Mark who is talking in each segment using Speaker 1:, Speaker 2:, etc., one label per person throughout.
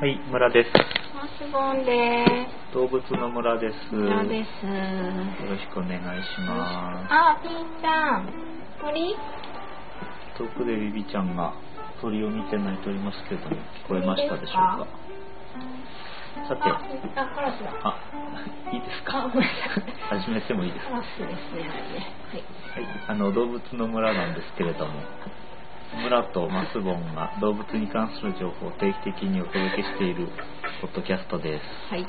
Speaker 1: はい、村です。
Speaker 2: マスボンです。
Speaker 1: 動物の村です。
Speaker 2: 村で
Speaker 1: よ
Speaker 2: す。
Speaker 1: ろしくお願いしま
Speaker 2: あ、ピンさん。鳥
Speaker 1: す。遠くでビビちゃんが鳥を見て鳴いておりますけれども、聞こえましたでしょうか。さて、
Speaker 2: あ、あカラスだ。
Speaker 1: あ、いいです
Speaker 2: あ
Speaker 1: か
Speaker 2: ごめんな
Speaker 1: 始めてもいいです
Speaker 2: カ
Speaker 1: か
Speaker 2: ラスですね、あれね。はい。
Speaker 1: はい、あの動物の村なんですけれども村とマスボンが動物に関する情報を定期的にお届けしているポッドキャストです、
Speaker 2: はい。
Speaker 1: はい、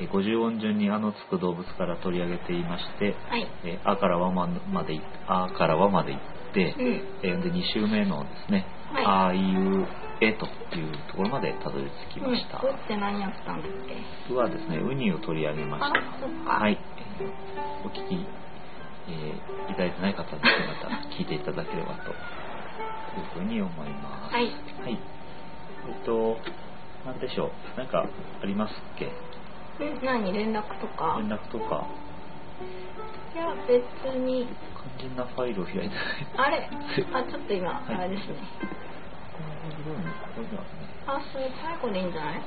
Speaker 1: えー50音順に「あ」のつく動物から取り上げていまして
Speaker 2: はい。
Speaker 1: 「えーあ」から「わ」までい「あ」から「わ」まで行って、
Speaker 2: うん。
Speaker 1: えーで2週目のですね「
Speaker 2: はい
Speaker 1: あいうえ」というところまでたどり着きました
Speaker 2: うん、うって何やったんだっけ
Speaker 1: 「う」はですねウニを取り上げま
Speaker 2: あ
Speaker 1: した、
Speaker 2: そっか。
Speaker 1: はい、えーお聞き、えーいただいてない方はぜひまた聞いていただければというふうに思います。
Speaker 2: はい。
Speaker 1: はい。えっと、なんでしょう、なんかありますっけ
Speaker 2: うん、何連絡とか
Speaker 1: 連絡とか、
Speaker 2: いや、別に。
Speaker 1: 肝心なファイルを開いてない。
Speaker 2: あれあ、ちょっと今、
Speaker 1: はい
Speaker 2: あれですね。
Speaker 1: この部分にここにはね。
Speaker 2: あ、それ最後でいいんじゃない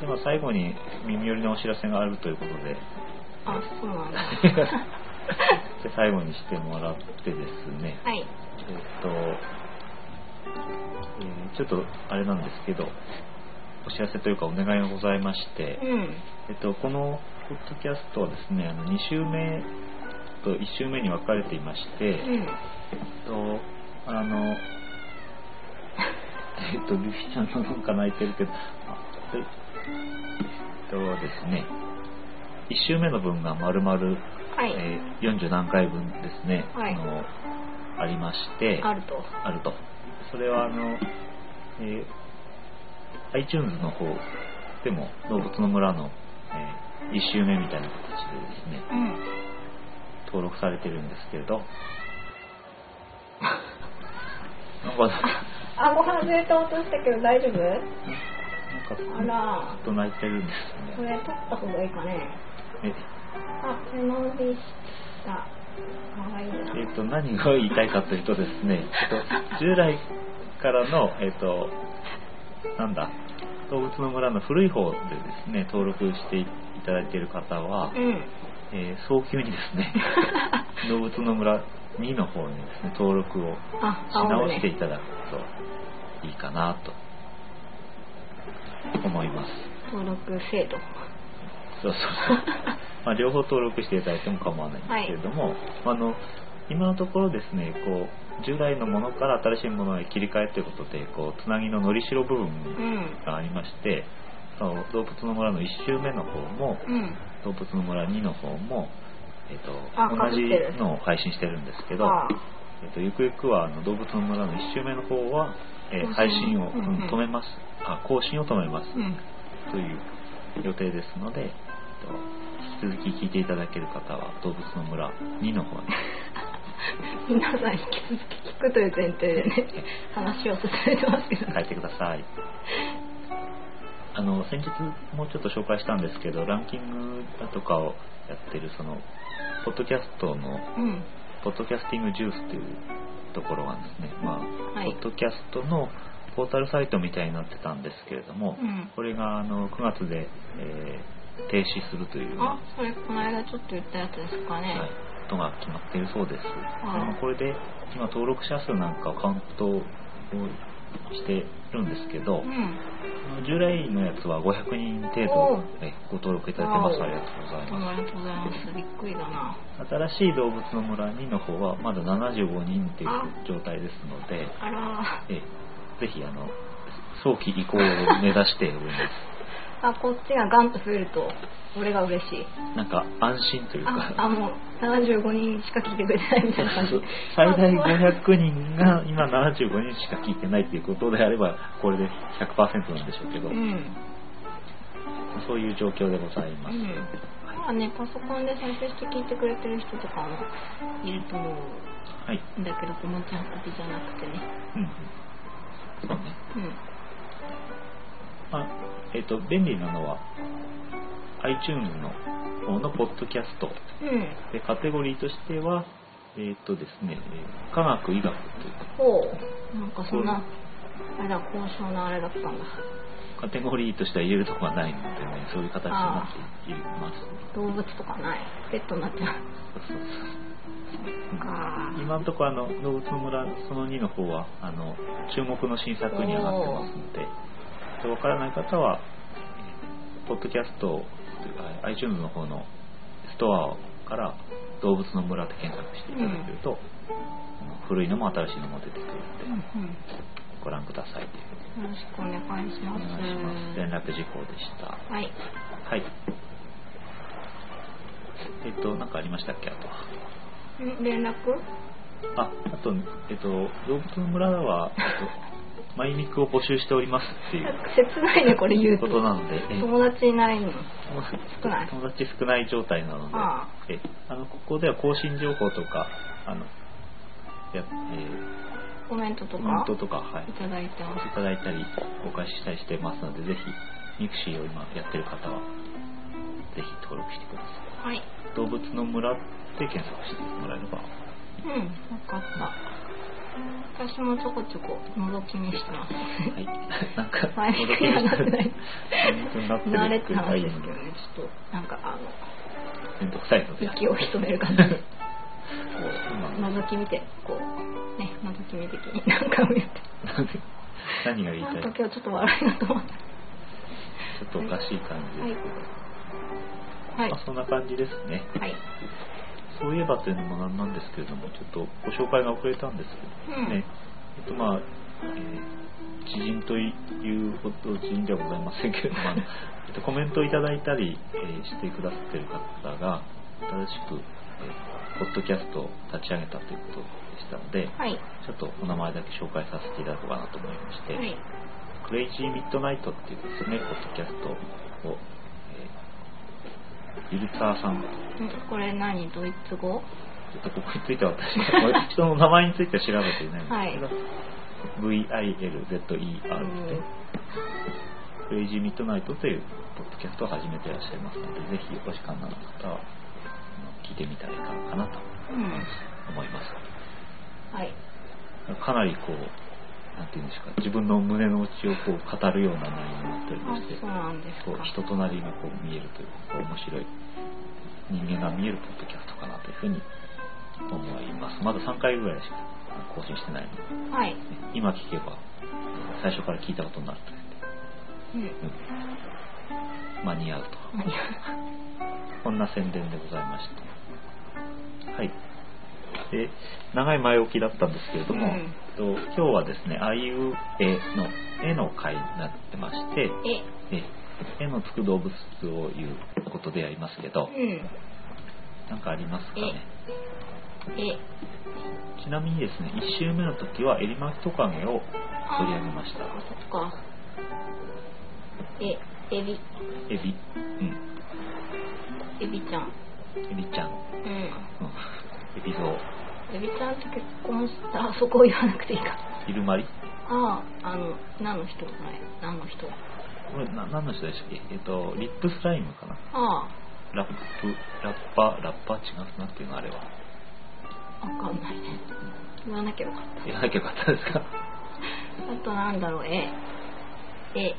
Speaker 1: では最後に耳寄りなお知らせがあるということで、
Speaker 2: あ、そう なんだ。
Speaker 1: で最後にしてもらってですね、
Speaker 2: はい。
Speaker 1: えっと、えーちょっとあれなんですけど、お知らせというかお願いがございまして、
Speaker 2: うん。
Speaker 1: えっと、このポッドキャストはですね、あの2週目と1週目に分かれていまして、
Speaker 2: う
Speaker 1: えっ
Speaker 2: ん。
Speaker 1: と、あの、 えっと、ビビちゃんのなんか泣いてるけど、あはいえっとですね、1週目の分が丸々、
Speaker 2: はい。
Speaker 1: えー40何回分ですね、
Speaker 2: はい
Speaker 1: あのありまして、
Speaker 2: あると。
Speaker 1: あると。それはあの、えー iTunes の方でも動物の村の、え1周目みたいな形でですね、
Speaker 2: うん。
Speaker 1: 登録されてるんですけれど、なんか、なんか
Speaker 2: あご外れた音したけど大丈夫あら
Speaker 1: ずっと泣いてるんで
Speaker 2: こ
Speaker 1: すね。
Speaker 2: れ取った方がいいかね
Speaker 1: え
Speaker 2: あ、背伸びした方がいいな
Speaker 1: えっと何が言いたいかというとですね、えっと従来からの、えっとなんだ動物の村の古い方でですね登録していただいている方は、
Speaker 2: うん
Speaker 1: えー早急にですね動物の村2の方にですね登録をし
Speaker 2: あ、
Speaker 1: 直して
Speaker 2: ね
Speaker 1: いただくといいかなと思います。
Speaker 2: 登録制度
Speaker 1: そうそうそう。まあ、両方登録していただいても構わないんですけれども、あの今のところですね、こう従来のものから新しいものへ切り替えということで、こうつなぎののりしろ部
Speaker 2: う
Speaker 1: 分
Speaker 2: ん
Speaker 1: がありまして、その動物の村の1周目の方も
Speaker 2: うん
Speaker 1: 動物の村2の方も。えっと
Speaker 2: あ
Speaker 1: 同じ
Speaker 2: 被ってる
Speaker 1: のを配信してるんですけど、
Speaker 2: あ
Speaker 1: えっとゆくゆくはあの動物の村の1周目の方は、えー
Speaker 2: 更
Speaker 1: 配
Speaker 2: 新
Speaker 1: 信を、うん
Speaker 2: うんうん
Speaker 1: 止めますあ更新を止めます、
Speaker 2: うん
Speaker 1: という予定ですので、えっと引き続き聞いていただける方は動物の村2の 方に
Speaker 2: 皆さん引き続き聞くという前提でね 話を進めてますけど
Speaker 1: 変えてくださいあの先日もうちょっと紹介したんですけどランキングだとかをやってるそのポッドキャストの
Speaker 2: うん
Speaker 1: ポッドキャスティングジュースというところがですね、まあ
Speaker 2: はい
Speaker 1: ポッドキャストのポータルサイトみたいになってたんですけれども、
Speaker 2: うん
Speaker 1: これがあの9月で、えー停止するというような
Speaker 2: あ、それこの間ちょっと言ったやつですかね
Speaker 1: はい、ことが決まっているそうです。
Speaker 2: い
Speaker 1: あのこれで今登録者数なんかをカウントをしてるんですけど、
Speaker 2: うん
Speaker 1: 従来のやつは500人程度
Speaker 2: おう
Speaker 1: えご登録いただいてます。あ
Speaker 2: わお
Speaker 1: りがとうござい
Speaker 2: どうも
Speaker 1: ま
Speaker 2: ありがとうございますびっくりだな
Speaker 1: す。新しい動物の村2の方はまだ75人っていう
Speaker 2: あ
Speaker 1: 状態ですので、
Speaker 2: あら
Speaker 1: えぜひあの早期移行を目指しておりま
Speaker 2: あこっちがガンと増えると俺が嬉しい
Speaker 1: す。なんか安心という
Speaker 2: あ
Speaker 1: か。
Speaker 2: あもう75人しか聞いてくれてないみたいな感じ
Speaker 1: 最大500人が今75人しか聞いてないっていうことであればこれで100%なんでしょうけど、
Speaker 2: うん、
Speaker 1: そういう状況でございま
Speaker 2: う
Speaker 1: す、
Speaker 2: ん、まあねパソコンで再生して聞いてくれてる人とかもいると思う
Speaker 1: はい、
Speaker 2: んだけどこの持ち運びじゃなくてね
Speaker 1: うん、そうね
Speaker 2: うん
Speaker 1: まあえっ、と便利なのは iTunes の方のポッドキャスト
Speaker 2: うん
Speaker 1: でカテゴリーとしてはえっ、とですねえー科学医学という
Speaker 2: ほうなんかそんなあれだ高尚なあれだったんだ
Speaker 1: カテゴリーとしては言えるところがないのでねそういう形になっています
Speaker 2: 動物とかないペットになっちゃう
Speaker 1: そうそうそう
Speaker 2: か
Speaker 1: 今のところあの動物の村その2の方はあの注目の新作に上がってますのでで分からない方はポッドキャストというか iTunes の方のストアから「動物の村」って検索していただけると、あの古いのも新しいのも出てくるので、
Speaker 2: うんうん
Speaker 1: ご覧くださいという
Speaker 2: よろしくお願いし
Speaker 1: お
Speaker 2: ます
Speaker 1: 願いします連絡事項でした
Speaker 2: はい
Speaker 1: はいえっと何かありましたっけあとは
Speaker 2: ん連絡
Speaker 1: ああとえっと動物の村は、えっと、マイミクを募集しておりますっていう
Speaker 2: 切ないねこれ言う
Speaker 1: こととなのでえ
Speaker 2: 友達いないの少ない
Speaker 1: 友達少ない状態なので
Speaker 2: あ
Speaker 1: えあのここでは更新情報とかあのや、え
Speaker 2: コメントと
Speaker 1: ー、コメ
Speaker 2: か
Speaker 1: ントとか、はい、
Speaker 2: いただいてます
Speaker 1: いただいたりお返ししたりしてますのでぜひミクシーを今やってる方はぜひ登録してくださ
Speaker 2: はい
Speaker 1: い動物の村で検索してもらえれば
Speaker 2: うんわかった私もちょこちょこ覗き見してます
Speaker 1: はい なんか
Speaker 2: 前
Speaker 1: 驚き
Speaker 2: には
Speaker 1: ま
Speaker 2: な
Speaker 1: した
Speaker 2: ってない慣れって話ですけど
Speaker 1: はい
Speaker 2: ねちょっとなんかあの
Speaker 1: めんどくさいので
Speaker 2: 息を潜める感じでこう
Speaker 1: 今
Speaker 2: 覗き見てこうね覗き見的になんか見て
Speaker 1: 何が言いた
Speaker 2: なん
Speaker 1: い
Speaker 2: か
Speaker 1: ち
Speaker 2: 今日ちょっと笑いなと思って
Speaker 1: ょっとおかしい感じですけど、
Speaker 2: はい
Speaker 1: まあ、そんな感じですね
Speaker 2: はい
Speaker 1: そういえばというのもなんなんですけれども、ちょっとご紹介が遅れたんですけど、
Speaker 2: うん
Speaker 1: ね、えっとまあ、えー知人というほど知人ではございませんけれど も、あのえっと、コメントをいただいたり、えーしてくださっている方が、新しく、えーポッドキャストを立ち上げたということでしたので、
Speaker 2: はい
Speaker 1: ちょっとお名前だけ紹介させていただこうかなと思いまして、
Speaker 2: はい
Speaker 1: クレイジーミッドナイトっていうですね、ポッドキャストを、えーゆるたーさん
Speaker 2: うんこれ何ドイツ語
Speaker 1: ちょっとここについては私は人の名前については調べていないんですけど、
Speaker 2: う
Speaker 1: VILZER ですね、クレイジーミッドナイトというポッドキャストを始めていらっしゃいますので、ぜひお時間のある方はあの聞いてみたらいかがかなと
Speaker 2: うん
Speaker 1: 思います。
Speaker 2: はい
Speaker 1: かなりこう、なんていうんですか、自分の胸の内をこう語るような内容になっておりま
Speaker 2: あ
Speaker 1: して、
Speaker 2: そうなんです
Speaker 1: こう
Speaker 2: か
Speaker 1: 人となりがこう見えるというか、こう面白い人間が見えるポッドキャストかなというふうに思います。まだ3回ぐらいしか更新してないので、
Speaker 2: はい
Speaker 1: 今聞けば最初から聞いたことになると
Speaker 2: うん
Speaker 1: いう、うん、間に合うと。こんな宣伝でございました。はい。で、長い前置きだったんですけれども、
Speaker 2: うん
Speaker 1: えっと今日はですね、あいうえの絵の会になってまして、
Speaker 2: え
Speaker 1: え絵のつく動物をいうことでやりますけど
Speaker 2: う、ん
Speaker 1: なんかありますかね。
Speaker 2: え
Speaker 1: ちなみにですね、1周目の時はエリマキトカゲを取り上げました。
Speaker 2: あそっかえエビ
Speaker 1: エビ、うん、
Speaker 2: エビちゃん
Speaker 1: エビちゃん、うん、
Speaker 2: うん
Speaker 1: エビゾウ、
Speaker 2: エビちゃんって結婚したあそこを言わなくていいか
Speaker 1: イルマリ。
Speaker 2: あああの何の人ない何の人
Speaker 1: これな何の人でしたっけえっと、リップスライムかな
Speaker 2: あ
Speaker 1: ラップ、ラッパ、ラッパ違うなっていうのあれは。
Speaker 2: あわかんないね言わなきゃよかった
Speaker 1: 言わなきゃよかったですか
Speaker 2: あとなんだろうええ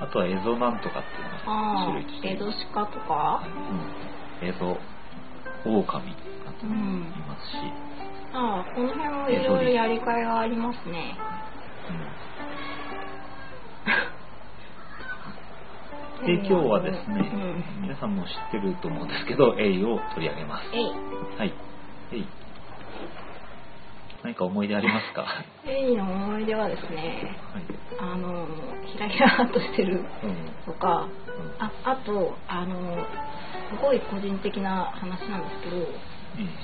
Speaker 1: あとはエゾなんとかっていうのが
Speaker 2: ああ
Speaker 1: 種類として
Speaker 2: エ
Speaker 1: い
Speaker 2: ゾ
Speaker 1: ます。
Speaker 2: シカとか
Speaker 1: うん。エゾ、オオカミなんて
Speaker 2: う
Speaker 1: いうのも
Speaker 2: ん
Speaker 1: いますし、
Speaker 2: ああこの辺もいろいろやりがいがありますね
Speaker 1: うんで今日はですね、
Speaker 2: うん
Speaker 1: 皆さんも知ってると思うんですけど、エイを取り上げます。
Speaker 2: えい
Speaker 1: はい。エイ。何か思い出あります かは
Speaker 2: エイの思い出はですね
Speaker 1: い。
Speaker 2: あのひらひらっとしてる
Speaker 1: うん。
Speaker 2: とか
Speaker 1: うん
Speaker 2: ああとあのすごい個人的な話なんですけど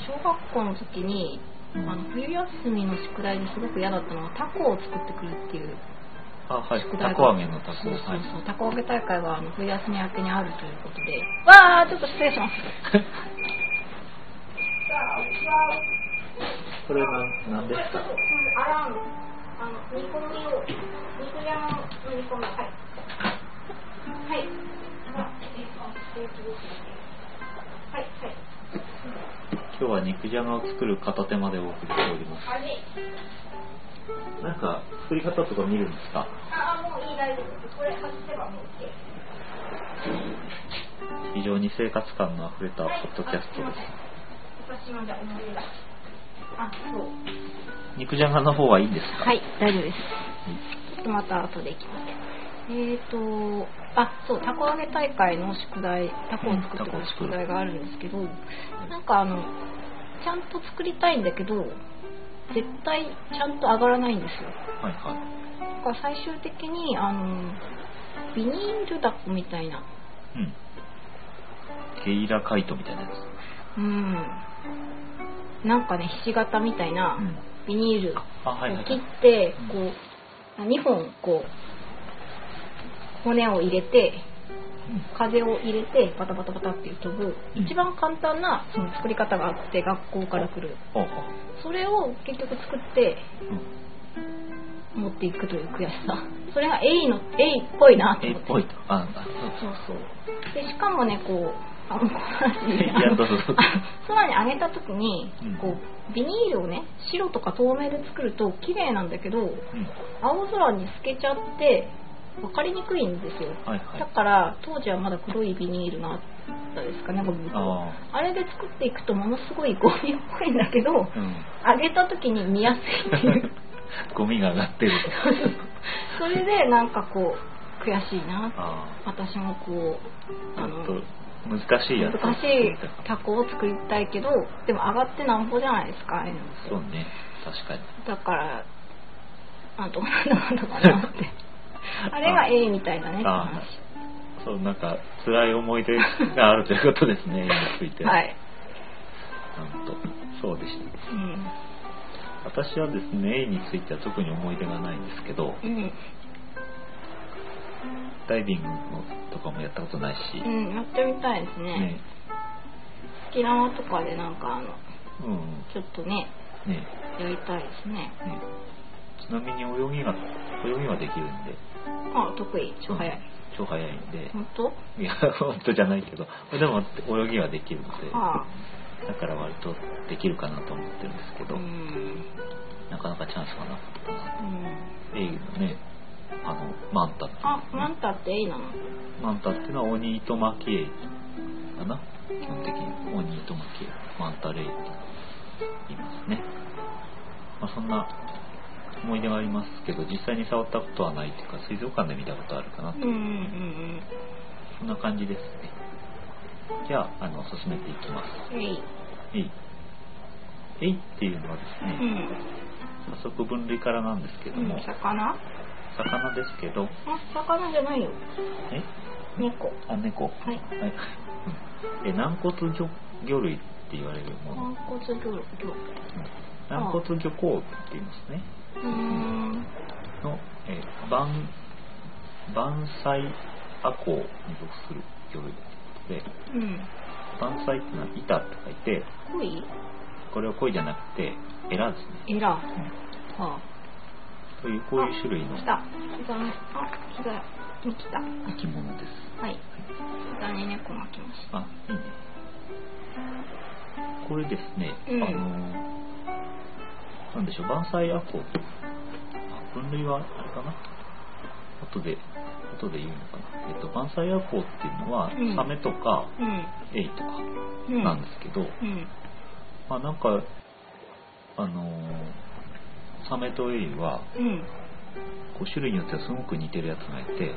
Speaker 2: 小学校の時にあ
Speaker 1: うん
Speaker 2: の冬休みの宿題ですごく嫌だったのがタコを作ってくるっていう
Speaker 1: あ、はい
Speaker 2: 宿。題
Speaker 1: タ
Speaker 2: が
Speaker 1: コ揚げのタコ。
Speaker 2: そうそう
Speaker 1: はい。
Speaker 2: そうタコ揚げ大会があの冬休み明けにあるということでわあちょっと失礼します
Speaker 1: これは何ですか
Speaker 2: アラームあの煮込みを肉じゃがの煮込みはいはいはいはい
Speaker 1: 今日は肉じゃがを作る片手間でお送りしております。
Speaker 2: あれ
Speaker 1: なんか、作り方とか見るんですか
Speaker 2: あ
Speaker 1: 大丈夫これ外せばもう非常に生活感のあふれたポッドキャストです。肉じゃがの方はいいんですか
Speaker 2: はい、大丈夫です。ちょっとまた後で行きます。えっ、ー、と、あ、そう、たこ揚げ大会の宿題、たこを作ってくる宿題があるんですけど、なんかあの、ちゃんと作りたいんだけど、絶対ちゃんと上がらないんですよ。。
Speaker 1: はいはい
Speaker 2: だから最終的に、あの、ビニールだこみたいな。
Speaker 1: うん。ゲイラカイトみたいなや
Speaker 2: つ。うん。なんかね、ひし形みたいな、ビニールを切って、こう、2本こう、骨を入れて、風を入れてバタバタバタっていう飛ぶ、うん、一番簡単なその作り方があって学校から来る、
Speaker 1: うん、
Speaker 2: それを結局作って、うん、持っていくという悔しさそれがエイのエイっぽいなと思ってエイっ
Speaker 1: ぽいとあ
Speaker 2: そうそうでしかもねこうあのこの話
Speaker 1: いやどうぞ
Speaker 2: つまり揚げた時にこうビニールをね白とか透明で作ると綺麗なんだけど、青空に透けちゃって分かりにくいんですよ、
Speaker 1: はいはい、
Speaker 2: だから当時はまだ黒いビニールがあったですかねゴミああれで作っていくとものすごいゴミっぽいんだけど、うん、 揚げた時に見やすいっていう
Speaker 1: ゴミが上がってる
Speaker 2: それでなんかこう悔しいな私もこう
Speaker 1: あの難しいやつ
Speaker 2: 難しいタコを作りたいけどでも上がってなんぼじゃないですかあれなんです
Speaker 1: そうね確かに
Speaker 2: だからあどうなんだろうかなって あれが A みたいだね
Speaker 1: そうなんか辛い思い出があるということです ねについて
Speaker 2: はい、
Speaker 1: なんとそうでした
Speaker 2: うん、
Speaker 1: 私はですね A については特に思い出がないんですけど、
Speaker 2: うん、
Speaker 1: ダイビングとかもやったことないし
Speaker 2: うんやってみたいですねね沖縄とかでなんかあの、
Speaker 1: うん、
Speaker 2: ちょっとね
Speaker 1: ね
Speaker 2: やりたいですね
Speaker 1: ねちなみに泳ぎが泳ぎはできるんで
Speaker 2: あ得意超早い、うん、
Speaker 1: 超早いんで
Speaker 2: 本当
Speaker 1: いや 本当じゃないけどでも泳ぎはできるのでだから割とできるかなと思ってるんですけどなかなかチャンスがなかったな
Speaker 2: うん
Speaker 1: A のねあのマンタって、ね、
Speaker 2: あマンタって A なの
Speaker 1: マンタっていうのはオニイトマキエイかな基本的にオニイトマキエイマンタレイって言いますね、まあ、そんな思い出がありますけど実際に触ったことはないというか水族館で見たことあるかなと、
Speaker 2: うんうん、
Speaker 1: そんな感じですねじゃああの進めていきます
Speaker 2: えい
Speaker 1: えいえいっていうのはですね、うん、早速分類からなんですけども、
Speaker 2: 魚
Speaker 1: 魚ですけどあ
Speaker 2: 魚じゃないよ
Speaker 1: え
Speaker 2: 猫、
Speaker 1: あ猫はい
Speaker 2: はい、
Speaker 1: え軟骨魚魚類って言われるもの
Speaker 2: 軟骨魚魚、うん、
Speaker 1: 軟骨魚孔って言いますねの、えー、万万歳亜光に属する魚類で、
Speaker 2: うん、
Speaker 1: 万歳ってのは板って書いて
Speaker 2: 鯉
Speaker 1: これは鯉じゃなくてエラですね
Speaker 2: エラ、うんはあ、
Speaker 1: というこういう種類の
Speaker 2: 来た膝にあ膝に来た
Speaker 1: 生き物です
Speaker 2: はい膝に猫が来ました
Speaker 1: あいいねこれですね、
Speaker 2: うん、
Speaker 1: あのーなんでしょう、万歳アコと、分類はあれかな、後で、後で言うのかな、えっと、万歳アコっていうのは、うん、サメとか、
Speaker 2: うん、、
Speaker 1: エイとかなんですけど、うんまあなんか、あのー、サメとエイは、こう種類によってはすごく似てるやつがいて、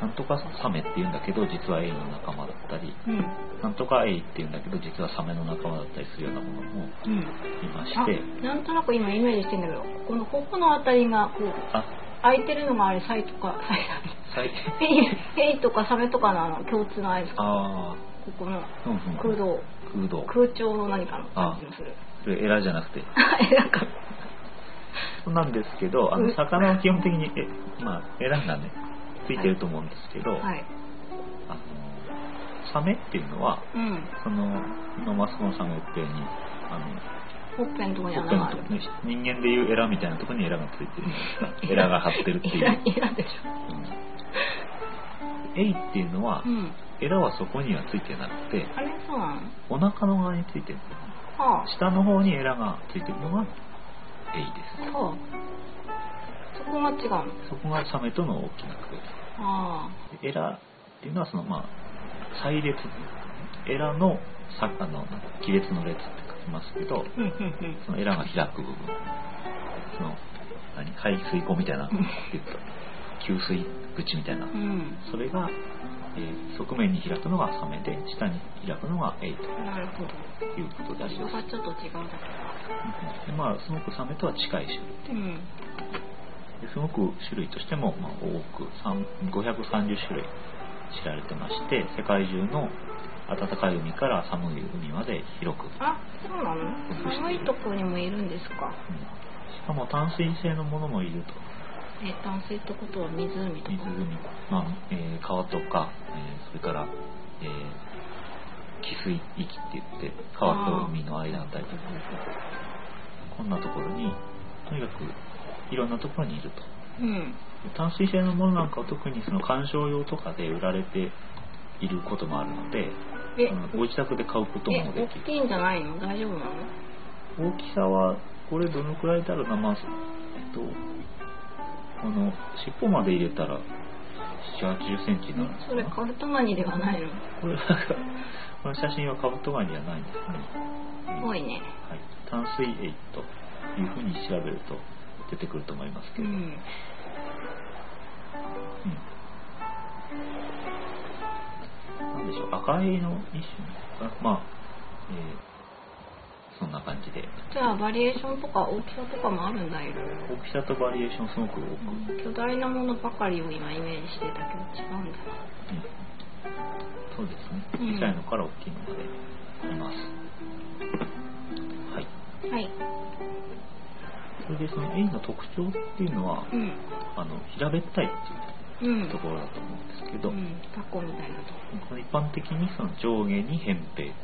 Speaker 1: なんとかサメって言うんだけど実はエイの仲間だったり、
Speaker 2: うん、
Speaker 1: なんとかエイって言うんだけど実はサメの仲間だったりするようなものもいまして、
Speaker 2: うん、なんとなく今イメージしてんだけどこのここの辺りがこう空いてるのがあれサイとか
Speaker 1: サイ
Speaker 2: エイとかサメとかのあの共通のあれですか
Speaker 1: あ
Speaker 2: ここの
Speaker 1: 空
Speaker 2: 洞、
Speaker 1: うんうん、空洞
Speaker 2: 空調の何かの感じもする
Speaker 1: それエラじゃなく て
Speaker 2: エラか、
Speaker 1: なんですけどあの魚は基本的にえ、まあ、エラがねついてると思うんですけど、はいあのサメっていうのは、
Speaker 2: うん、
Speaker 1: その今マスコンさんが言ったように
Speaker 2: あのほっぺんとこに穴がある
Speaker 1: 人間でいうエラみたいなとこにエラがつい てるエラが張ってるって いう
Speaker 2: エラでし
Speaker 1: ょ、うん、エイっていうのは、
Speaker 2: うん、
Speaker 1: エラはそこにはついてなくて
Speaker 2: あれそうなのお
Speaker 1: 腹の側についてる、
Speaker 2: はあ、
Speaker 1: 下の方にエラがついてるのがエイです
Speaker 2: はあそここが違うの
Speaker 1: そこがサメとの大きな区
Speaker 2: あ
Speaker 1: 別エラっていうのはそのまあ再列エラの坂の亀裂の列って書きますけど
Speaker 2: あ。うんうんうん。
Speaker 1: そのエラが開く部分その何排水溝みたいな
Speaker 2: う
Speaker 1: っ
Speaker 2: ん
Speaker 1: ていうか給水口みたいな
Speaker 2: うん。
Speaker 1: それが、えー側面に開くのがサメで下に開くのがエイと
Speaker 2: なるほど。
Speaker 1: いうことであ
Speaker 2: 場
Speaker 1: り
Speaker 2: 所
Speaker 1: ます
Speaker 2: がちょっと違うんだ
Speaker 1: でまあすごくサメとは近い種類
Speaker 2: けど。うん。
Speaker 1: ですごく種類としても、まあ、多く3 530種類知られてまして世界中の暖かい海から寒い海まで広く、うんし
Speaker 2: あ、そうなの寒いとこにもいるんですか。
Speaker 1: かも淡水性のものもいると
Speaker 2: え、淡水ってことは湖と
Speaker 1: 湖
Speaker 2: か。、
Speaker 1: まあえー川とか、えーそれから、えー汽水域って言って川と海の間だったりとかこんなところにとにかくいろんなところにいると
Speaker 2: うん。
Speaker 1: 淡水性のものなんかは特にその観賞用とかで売られていることもあるので、
Speaker 2: え、
Speaker 1: あのご自宅で買うことも
Speaker 2: え、
Speaker 1: で
Speaker 2: 大
Speaker 1: きる
Speaker 2: きいんじゃないの大丈夫なの
Speaker 1: 大きさはこれどのくらいだろうなまあえっとこの尻尾まで入れたら7 8 0センチになるんです
Speaker 2: そ
Speaker 1: か
Speaker 2: れ
Speaker 1: な
Speaker 2: カルトマニではないの
Speaker 1: これなんかこの写真はカブトガニじゃないんですね、
Speaker 2: すごいね。
Speaker 1: はい、淡水エイというふうに調べると出てくると思います
Speaker 2: う
Speaker 1: けど、
Speaker 2: ん。
Speaker 1: なんでしょう赤いの一種なのかなまあ、えーそんな感じで
Speaker 2: じゃあバリエーションとか大きさとかもあるんだよ。
Speaker 1: 大きさとバリエーションすごく多く、
Speaker 2: 巨大なものばかりを今イメージしてたけど違うんだ
Speaker 1: そうですね
Speaker 2: うん
Speaker 1: 小さいのから大きいのまでいます、はい
Speaker 2: なはい
Speaker 1: それでそのエイの特徴っていうのは
Speaker 2: うん
Speaker 1: あの平べったいって
Speaker 2: うん
Speaker 1: いうところだと思うんですけ
Speaker 2: う
Speaker 1: ど、
Speaker 2: んタコみたいなとこ
Speaker 1: これ一般的にその上下に扁平という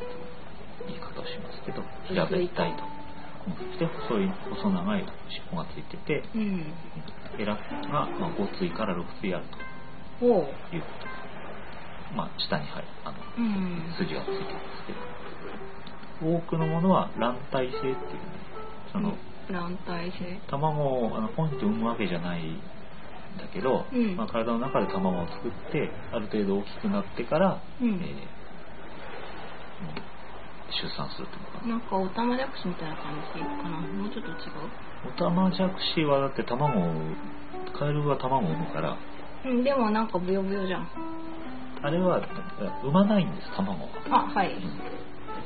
Speaker 1: 言い方をしますけど平べったいとうんそして細い細長い尻尾がついてて
Speaker 2: うん
Speaker 1: エラがまあ5対から6対ある
Speaker 2: おう
Speaker 1: ということまあ下に入るあの
Speaker 2: うん
Speaker 1: 筋がついてるんですけど多くのものは卵体性っていうねその
Speaker 2: 軟体性
Speaker 1: 卵をあのポンと産むわけじゃないんだけど、
Speaker 2: うん
Speaker 1: まあ、体の中で卵を作ってある程度大きくなってから、
Speaker 2: うん
Speaker 1: えーうん出産するっていうのかな
Speaker 2: なんかオタマジャクシみたいな感じかなもうちょっと違
Speaker 1: オタマジャクシはだって卵をカエルは卵を産むから
Speaker 2: ううんでもなんかブヨブヨじゃん
Speaker 1: あれは産まないんです卵 は
Speaker 2: あはい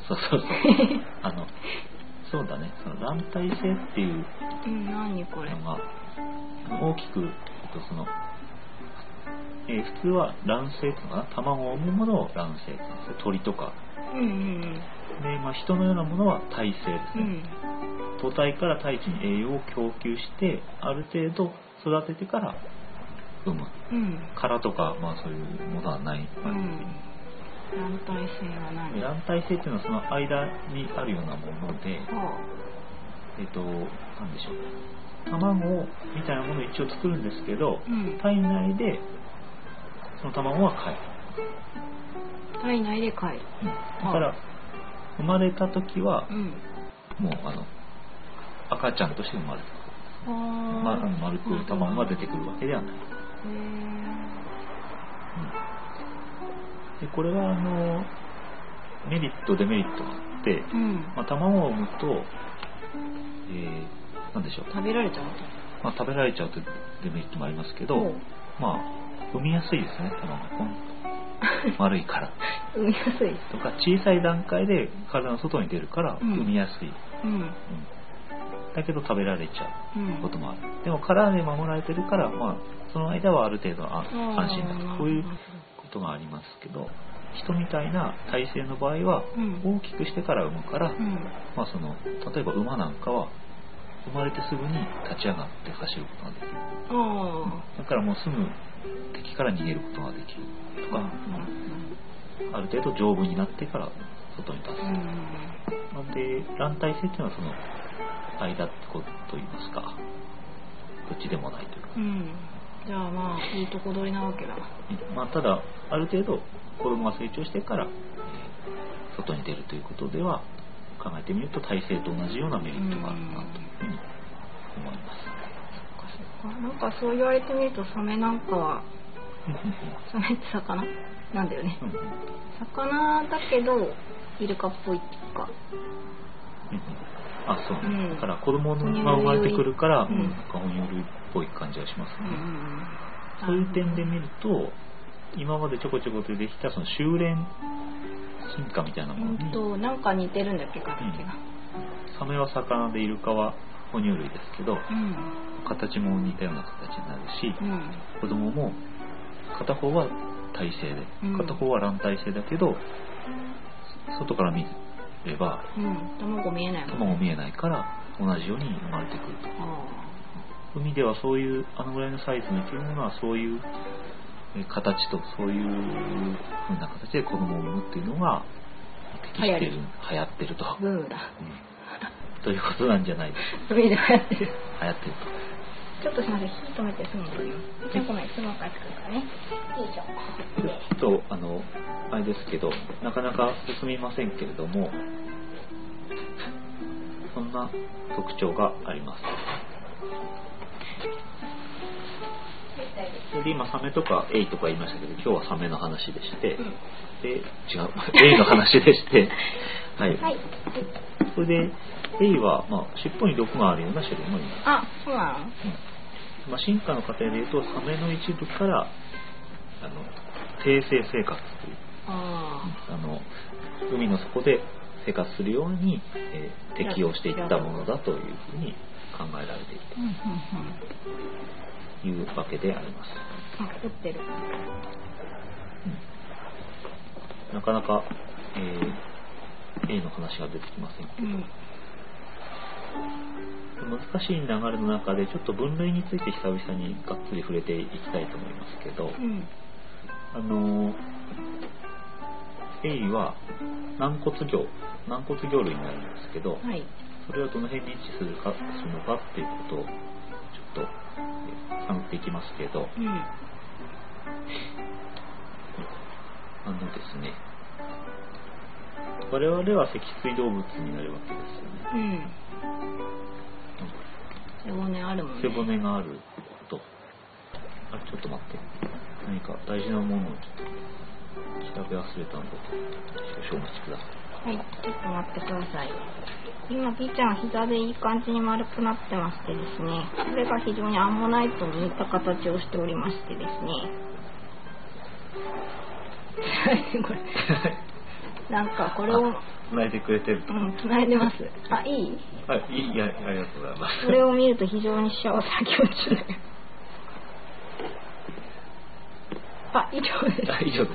Speaker 1: そうそうそうあのそうだねその卵体性っていう
Speaker 2: うん何これ
Speaker 1: のが大きくえっとその、えー普通は卵性っていうのかな卵を産むものを卵性って言うんですよ鳥とか
Speaker 2: うんうん
Speaker 1: で、まあ、人のようなものは胎生です
Speaker 2: うんう
Speaker 1: ね、
Speaker 2: ん
Speaker 1: 母体から胎児に栄養を供給してある程度育ててから産む
Speaker 2: うん
Speaker 1: 殻とか、まあ、そういうものはない、
Speaker 2: うん軟体性は何
Speaker 1: 卵体性っていうのはその間にあるようなもので、
Speaker 2: は
Speaker 1: えっと、なんでしょう卵みたいなものを一応作るんですけど
Speaker 2: あ、うん
Speaker 1: 体内でその卵は貝、
Speaker 2: 体内で
Speaker 1: う
Speaker 2: 貝
Speaker 1: んだから生まれた時は
Speaker 2: うん
Speaker 1: もうあの赤ちゃんとして生まれた、
Speaker 2: あー
Speaker 1: まあ、あの丸く卵が出てくるわけではない、
Speaker 2: へー
Speaker 1: でこれはあのメリットデメリットがあって、
Speaker 2: うん
Speaker 1: まあ、卵を産むと、えー、なんでしょう、
Speaker 2: 食べられちゃう
Speaker 1: まあ、食べられちゃうというデメリットもありますけど、
Speaker 2: おう
Speaker 1: まあ産みやすいですね卵が ポンと丸いから
Speaker 2: 産みやすい
Speaker 1: とか小さい段階で体の外に出るから
Speaker 2: うん
Speaker 1: 産みやすい、
Speaker 2: うん
Speaker 1: うんだけど食べられちゃ
Speaker 2: う
Speaker 1: うんこともあるでも殻で守られてるから、まあ、その間はある程度あ安心だとこういうことがありますけど人みたいな体制の場合は
Speaker 2: うん
Speaker 1: 大きくしてから産むから、
Speaker 2: うん
Speaker 1: まあ、その例えば馬なんかは生まれてすぐに立ち上がって走ることができる
Speaker 2: あ
Speaker 1: だからもうすぐ敵から逃げることができるとか、
Speaker 2: あなる
Speaker 1: ある程度丈夫になってから外に出す、
Speaker 2: ほどうん
Speaker 1: なので卵体性っていうのはその間ってことと言いますかどっちでもないというか、
Speaker 2: うんじゃあまあいいとこ取りなわけだ
Speaker 1: まあ、ただある程度子供が成長してから、えー外に出るということでは考えてみると体制と同じようなメリットがあるなというふうに思います、
Speaker 2: そっかそっかなんかそう言われてみるとサメなんかはサメって魚なんだよね、
Speaker 1: うんうん
Speaker 2: 魚だけどイルカっぽいっていうか
Speaker 1: うんあそう、
Speaker 2: うん
Speaker 1: だから子供が生まれてくるから、
Speaker 2: 哺乳類
Speaker 1: うん、なんか哺乳類っぽい感じがします
Speaker 2: うん
Speaker 1: ね、
Speaker 2: うんうん
Speaker 1: そういう点で見ると今までちょこちょことできたその修練進化みたいな
Speaker 2: う
Speaker 1: もの
Speaker 2: ん
Speaker 1: に
Speaker 2: となんか似てるんだっけ形が
Speaker 1: サメは魚でイルカは哺乳類ですけど
Speaker 2: うん
Speaker 1: 形も似たような形になるし
Speaker 2: うん
Speaker 1: 子供も片方は体制で
Speaker 2: うん
Speaker 1: 片方は卵体性だけど外から見れば
Speaker 2: うん卵見えないもん
Speaker 1: 卵見えないから同じように生まれてくる
Speaker 2: あ
Speaker 1: と海ではそういうあのぐらいのサイズの生き物はそういうえ形とそういう風な形で子供を産むっていうのが適してる
Speaker 2: 流
Speaker 1: 流行ってると、
Speaker 2: あブームだ
Speaker 1: うんということなんじゃないでしょう
Speaker 2: それで流行ってる
Speaker 1: か流行ってると
Speaker 2: ちょっとすいません火止めてすぐ戻るよじゃあごめんすぐ帰ってくるからねよいしょ
Speaker 1: ちょっとあのあれですけどなかなか進みませんけれどもそんな特徴がありますそれで今サメとかエイとか言いましたけど今日はサメの話でして、
Speaker 2: うん
Speaker 1: で違うエイの話でしてはい、
Speaker 2: はい
Speaker 1: それでエイは、まあ、尻尾に毒があるような種類もいます
Speaker 2: あそうなの
Speaker 1: まあ、進化の過程でいうとサメの一部からあの低生生活という
Speaker 2: あ
Speaker 1: あの海の底で生活するように、えー適応していったものだというふうに考えられている
Speaker 2: あうんうんうん
Speaker 1: というわけであります
Speaker 2: あ凝ってる
Speaker 1: なかなか、えー A の話が出てきません
Speaker 2: うん
Speaker 1: 難しい流れの中でちょっと分類について久々にがっつり触れていきたいと思いますけど、
Speaker 2: うん
Speaker 1: あのエイは軟骨魚軟骨魚類になるんですけど、
Speaker 2: はい
Speaker 1: それをどの辺に位置するかするのかっていうことをちょっとえー探っていきますけど
Speaker 2: うん
Speaker 1: あのですね我々は脊椎動物になるわけですよね
Speaker 2: うん背骨あるもんね
Speaker 1: 背骨があるとあれちょっと待って何か大事なものをちょっと調べ忘れたんで少々お待ちください
Speaker 2: はい、ちょっと待ってください。今、ピーちゃんは膝でいい感じに丸くなってましてですね、それが非常にアンモナイトに似た形をしておりましてですね。これなんかこれを、
Speaker 1: 泣いてくれてる
Speaker 2: うん、繋いでます。あ、いい
Speaker 1: はいいいやありがとうございま
Speaker 2: これを見ると非常に幸せな気持ちになる。あ、以上です。
Speaker 1: 大丈夫です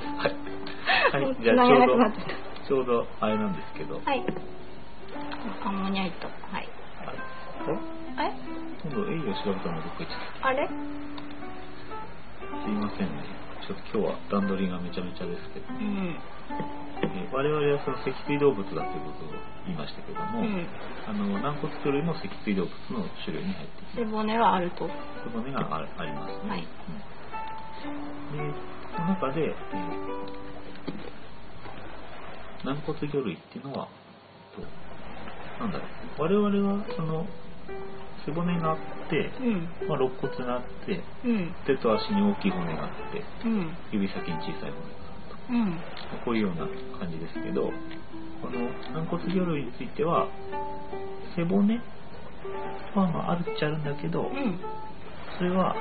Speaker 1: はい、はい、じゃあちょ
Speaker 2: 繋げな
Speaker 1: う
Speaker 2: く
Speaker 1: ど
Speaker 2: なっちゃっ
Speaker 1: ちょうどあれなんですけど、
Speaker 2: た。はい。アンモニャイト。はい。
Speaker 1: あれ
Speaker 2: え
Speaker 1: 今度エイを調べたのどこ行っちゃっ
Speaker 2: あれ
Speaker 1: たすいませんねちょっと今日は段取りがめちゃめちゃですけど、
Speaker 2: うん。
Speaker 1: えー我々はその脊椎動物だということを言いましたけど
Speaker 2: う
Speaker 1: も、
Speaker 2: ん。
Speaker 1: あの軟骨魚類も脊椎動物の種類に入ってい
Speaker 2: 背骨はあると。は
Speaker 1: ます骨があるありますね、
Speaker 2: い。
Speaker 1: うんでその中で、えー軟骨魚類っていうのはえっとなんだろう我々はその背骨があって、
Speaker 2: うん。
Speaker 1: まあ、肋骨があって
Speaker 2: うん。
Speaker 1: 手と足に大きい骨があって
Speaker 2: うん。
Speaker 1: 指先に小さいもの
Speaker 2: うん。
Speaker 1: こういうような感じですけどこの軟骨魚類については背骨はまああるっちゃあるんだけど
Speaker 2: うん。
Speaker 1: それは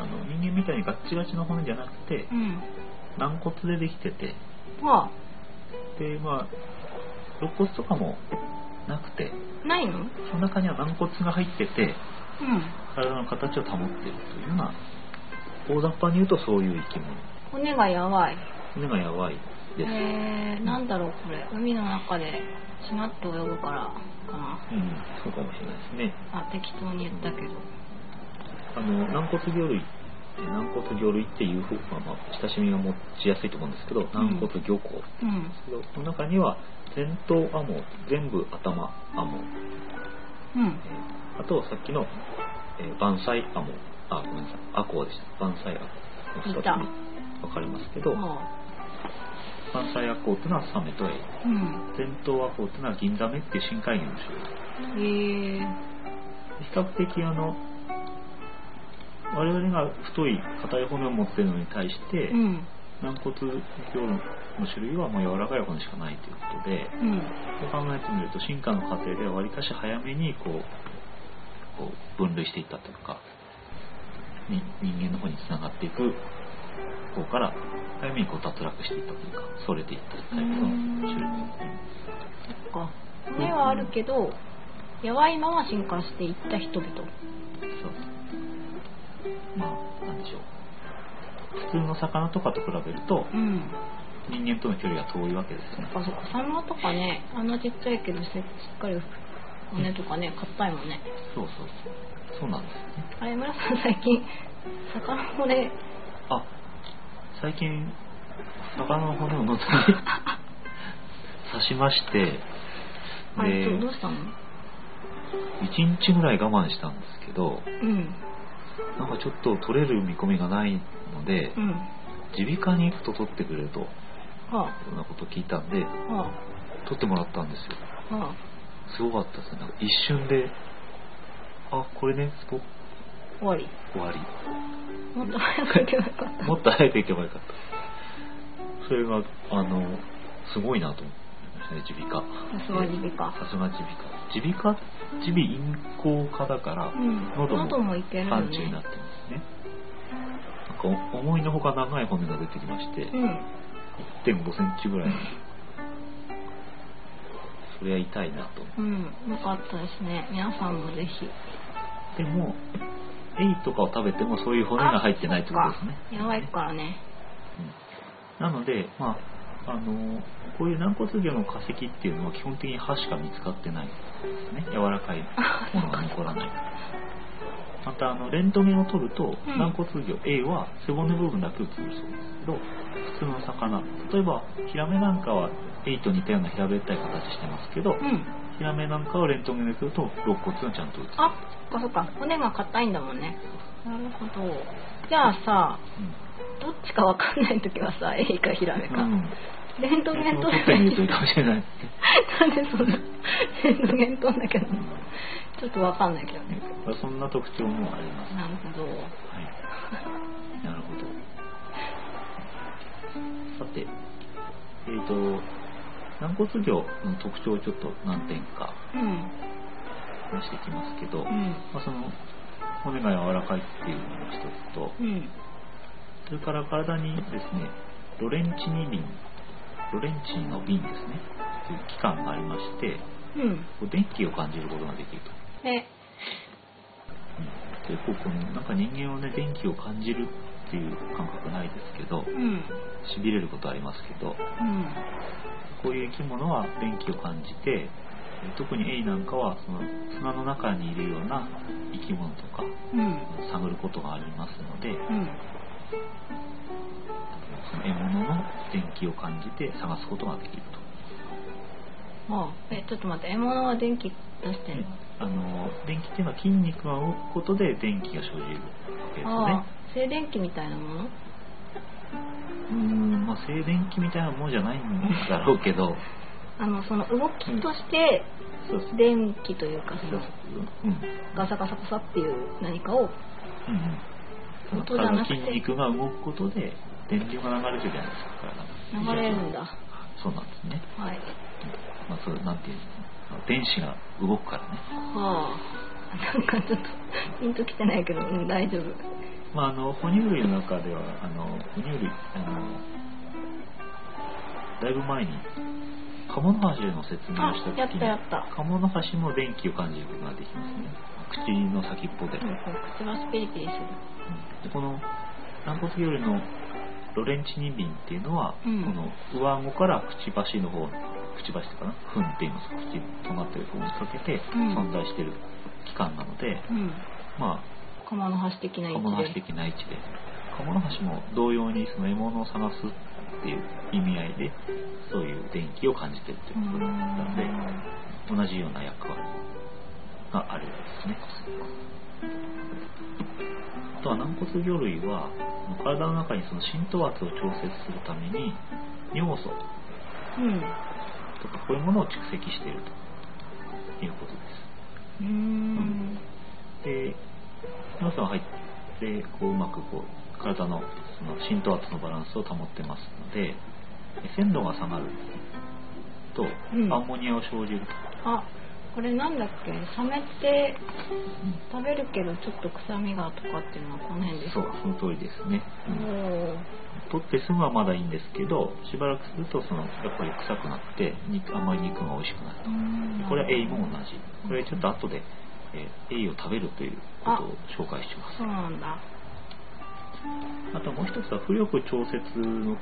Speaker 1: あの人間みたいにガッチガチの骨じゃなくて
Speaker 2: うん。
Speaker 1: 軟骨でできてて
Speaker 2: は
Speaker 1: でまあ肋骨とかもなくて
Speaker 2: あ、ないのうん。
Speaker 1: その中には軟骨が入ってて体の形を保っているというような大雑把に言うとそういう生き物
Speaker 2: 骨がやばい。
Speaker 1: 骨がやばいです、
Speaker 2: えー、なんだろうこれ。海の中でしなって泳ぐからかな。
Speaker 1: うん、そうかもしれないですね
Speaker 2: あ、適当に言ったけど。
Speaker 1: あの軟骨魚類え軟骨魚類っていう方が、まあ、親しみが持ちやすいと思うんですけど軟骨魚孔、
Speaker 2: うん。
Speaker 1: その中には前頭亜毛全部頭亜毛、
Speaker 2: うん
Speaker 1: え。ーあとさっきの、えー、晩菜亜毛あごめんなさい亜孔でした晩菜亜孔の
Speaker 2: いた
Speaker 1: 2つに分かれますけど
Speaker 2: は
Speaker 1: 晩菜亜孔っていうのはサメとエイ
Speaker 2: あ、うん。
Speaker 1: 前頭亜孔っていうのは銀ザメっていう深海魚の種類
Speaker 2: えー、
Speaker 1: 比較的あの我々が太い硬い骨を持ってるのに対して、うん、軟骨魚の種類はもう柔らかい骨しかないということで、うん、そう考えてみると進化の過程ではわりかし早めにこうこう分類していったというか人間の方につながっていく方から早めにこう脱落していったというかそれていったタイプの種類
Speaker 2: そっか骨はあるけど、やわいまま進化していった人々そう
Speaker 1: まあなんでしょう普通の魚とかと比べると、うん、人間との距離が遠いわけですね
Speaker 2: そっかそっかサンマとかねあんなちっちゃいけどしっかり骨とかね硬いもんね
Speaker 1: そうそうそうそうなんですね
Speaker 2: あれ村さん最近魚骨
Speaker 1: あ最近魚の骨をのぞ き刺しまして
Speaker 2: あれどうしたの
Speaker 1: 1日ぐらい我慢したんですけど、うん、なんかちょっと取れる見込みがないので耳鼻科に行くと取ってくれると、はあ、ようなこと聞いたんで、はあ、取ってもらったんですよ、はあ、すごかったですねなんか一瞬であこれね
Speaker 2: 終わり
Speaker 1: 終わり
Speaker 2: もっと早く行けばよかった
Speaker 1: もっと早く行けばよかったそれがあのすごいなと思って。耳鼻科
Speaker 2: さすが耳鼻科
Speaker 1: さすが耳鼻科耳鼻科耳鼻咽喉科だから、うん、
Speaker 2: 喉もいける
Speaker 1: 産地になってますね、うん、なんか思いのほか長い骨が出てきまして、うん、1.5センチぐらいそれは痛いなと
Speaker 2: うんよかったですね皆さんもぜひ
Speaker 1: でもエイとかを食べてもそういう骨が入ってないってことですね
Speaker 2: やばいからね、
Speaker 1: うん、なのでまああのこういう軟骨魚の化石っていうのは基本的に歯しか見つかってないですね柔らかいものが残らないまたあのレントゲンを取ると、うん、軟骨魚 A は背骨部分だけ映るそうですけど普通の魚例えばヒラメなんかは A と似たような平べったい形してますけど、うん、ヒラメなんかをレントゲンで撮ると肋骨がちゃんと映る
Speaker 2: あそっかそっか骨が硬いんだもんねなるほどじゃあさ、うんどっちか分かんない時はさ A かヒラメか、うん、レントゲン撮ればいい
Speaker 1: かもしれない
Speaker 2: なんでそんなレントゲン撮んだけど、うん、ちょっと分かんないけどね
Speaker 1: そんな特徴もあります、
Speaker 2: なるほど、はい
Speaker 1: なるほどさてえっ、ー、と軟骨魚の特徴をちょっと何点か出していきますけど、うん、まあ、その骨が柔らかいっていうのが一つと、それから体にですね、ロレンチニ瓶、ロレンチンの瓶ですね、という器官がありまして、うん、電気を感じることができると。え、うん、結構この、なんか人間はね、電気を感じるっていう感覚ないですけど、し、う、び、ん、れることありますけど、うん、こういう生き物は電気を感じて、特にエイなんかはその砂の中にいるような生き物とか、うん、探ることがありますので、うんその獲物の電気を感じて探すことができる
Speaker 2: と。ああえちょっと待って獲物は電気出してんの
Speaker 1: あの電気っていうのは筋肉が動くことで電気が生じるわけですねあ
Speaker 2: あ静電気みたいなもの
Speaker 1: うんまあ静電気みたいなものじゃないんだろうけど
Speaker 2: あのその動きとして電気というかその、うん、ガサガサガサっていう何かを、うんうん
Speaker 1: 音じゃなくて筋肉が動くことで電流が流れてるじゃないです
Speaker 2: か体流れるんだ
Speaker 1: そうなんですねはいまあそうなんていう電子が動くからね
Speaker 2: はあなんかちょっとピンときてないけど、うん、大丈夫
Speaker 1: まああの哺乳類の中ではあの哺乳類あのだいぶ前にカモノハシの説明をした時に
Speaker 2: やったやった、
Speaker 1: カモノハシも電気を感じることができますね口の先っぽで、うん
Speaker 2: 口がピリピリする、
Speaker 1: うん、この軟骨魚類のロレンチニンビンっていうのは、うん、この上顎からくちばしの方くちばしとかなふんっていいます口となってる方にかけて存在してる器官なので、
Speaker 2: まあカモノハシ的な位置でカ
Speaker 1: モノハシ的な位置でカモノハシも同様にその獲物を探すっていう意味合いでそういう電気を感じてるということなので同じような役割があるんですね。あとは軟骨魚類は体の中にその浸透圧を調節するために尿素とかこういうものを蓄積しているということです。うんで尿素が入っでこううまくこう体のその浸透圧のバランスを保ってますので鮮度が下がると
Speaker 2: うん
Speaker 1: アンモニアを生じると、
Speaker 2: あこれなんだっけサメって食べるけどちょっと臭みがとかっていうのはこの辺です
Speaker 1: そ
Speaker 2: か
Speaker 1: うその通りですね、
Speaker 2: お
Speaker 1: うん
Speaker 2: ー
Speaker 1: 取ってすぐはまだいいんですけどしばらくするとそのやっぱり臭くなって肉甘い肉が美味しくなる
Speaker 2: う
Speaker 1: と
Speaker 2: ん
Speaker 1: これはエイも同じこれちょっと後で、えーエイを食べるということを紹介します
Speaker 2: そうなんだ
Speaker 1: あともう一つは浮力調節の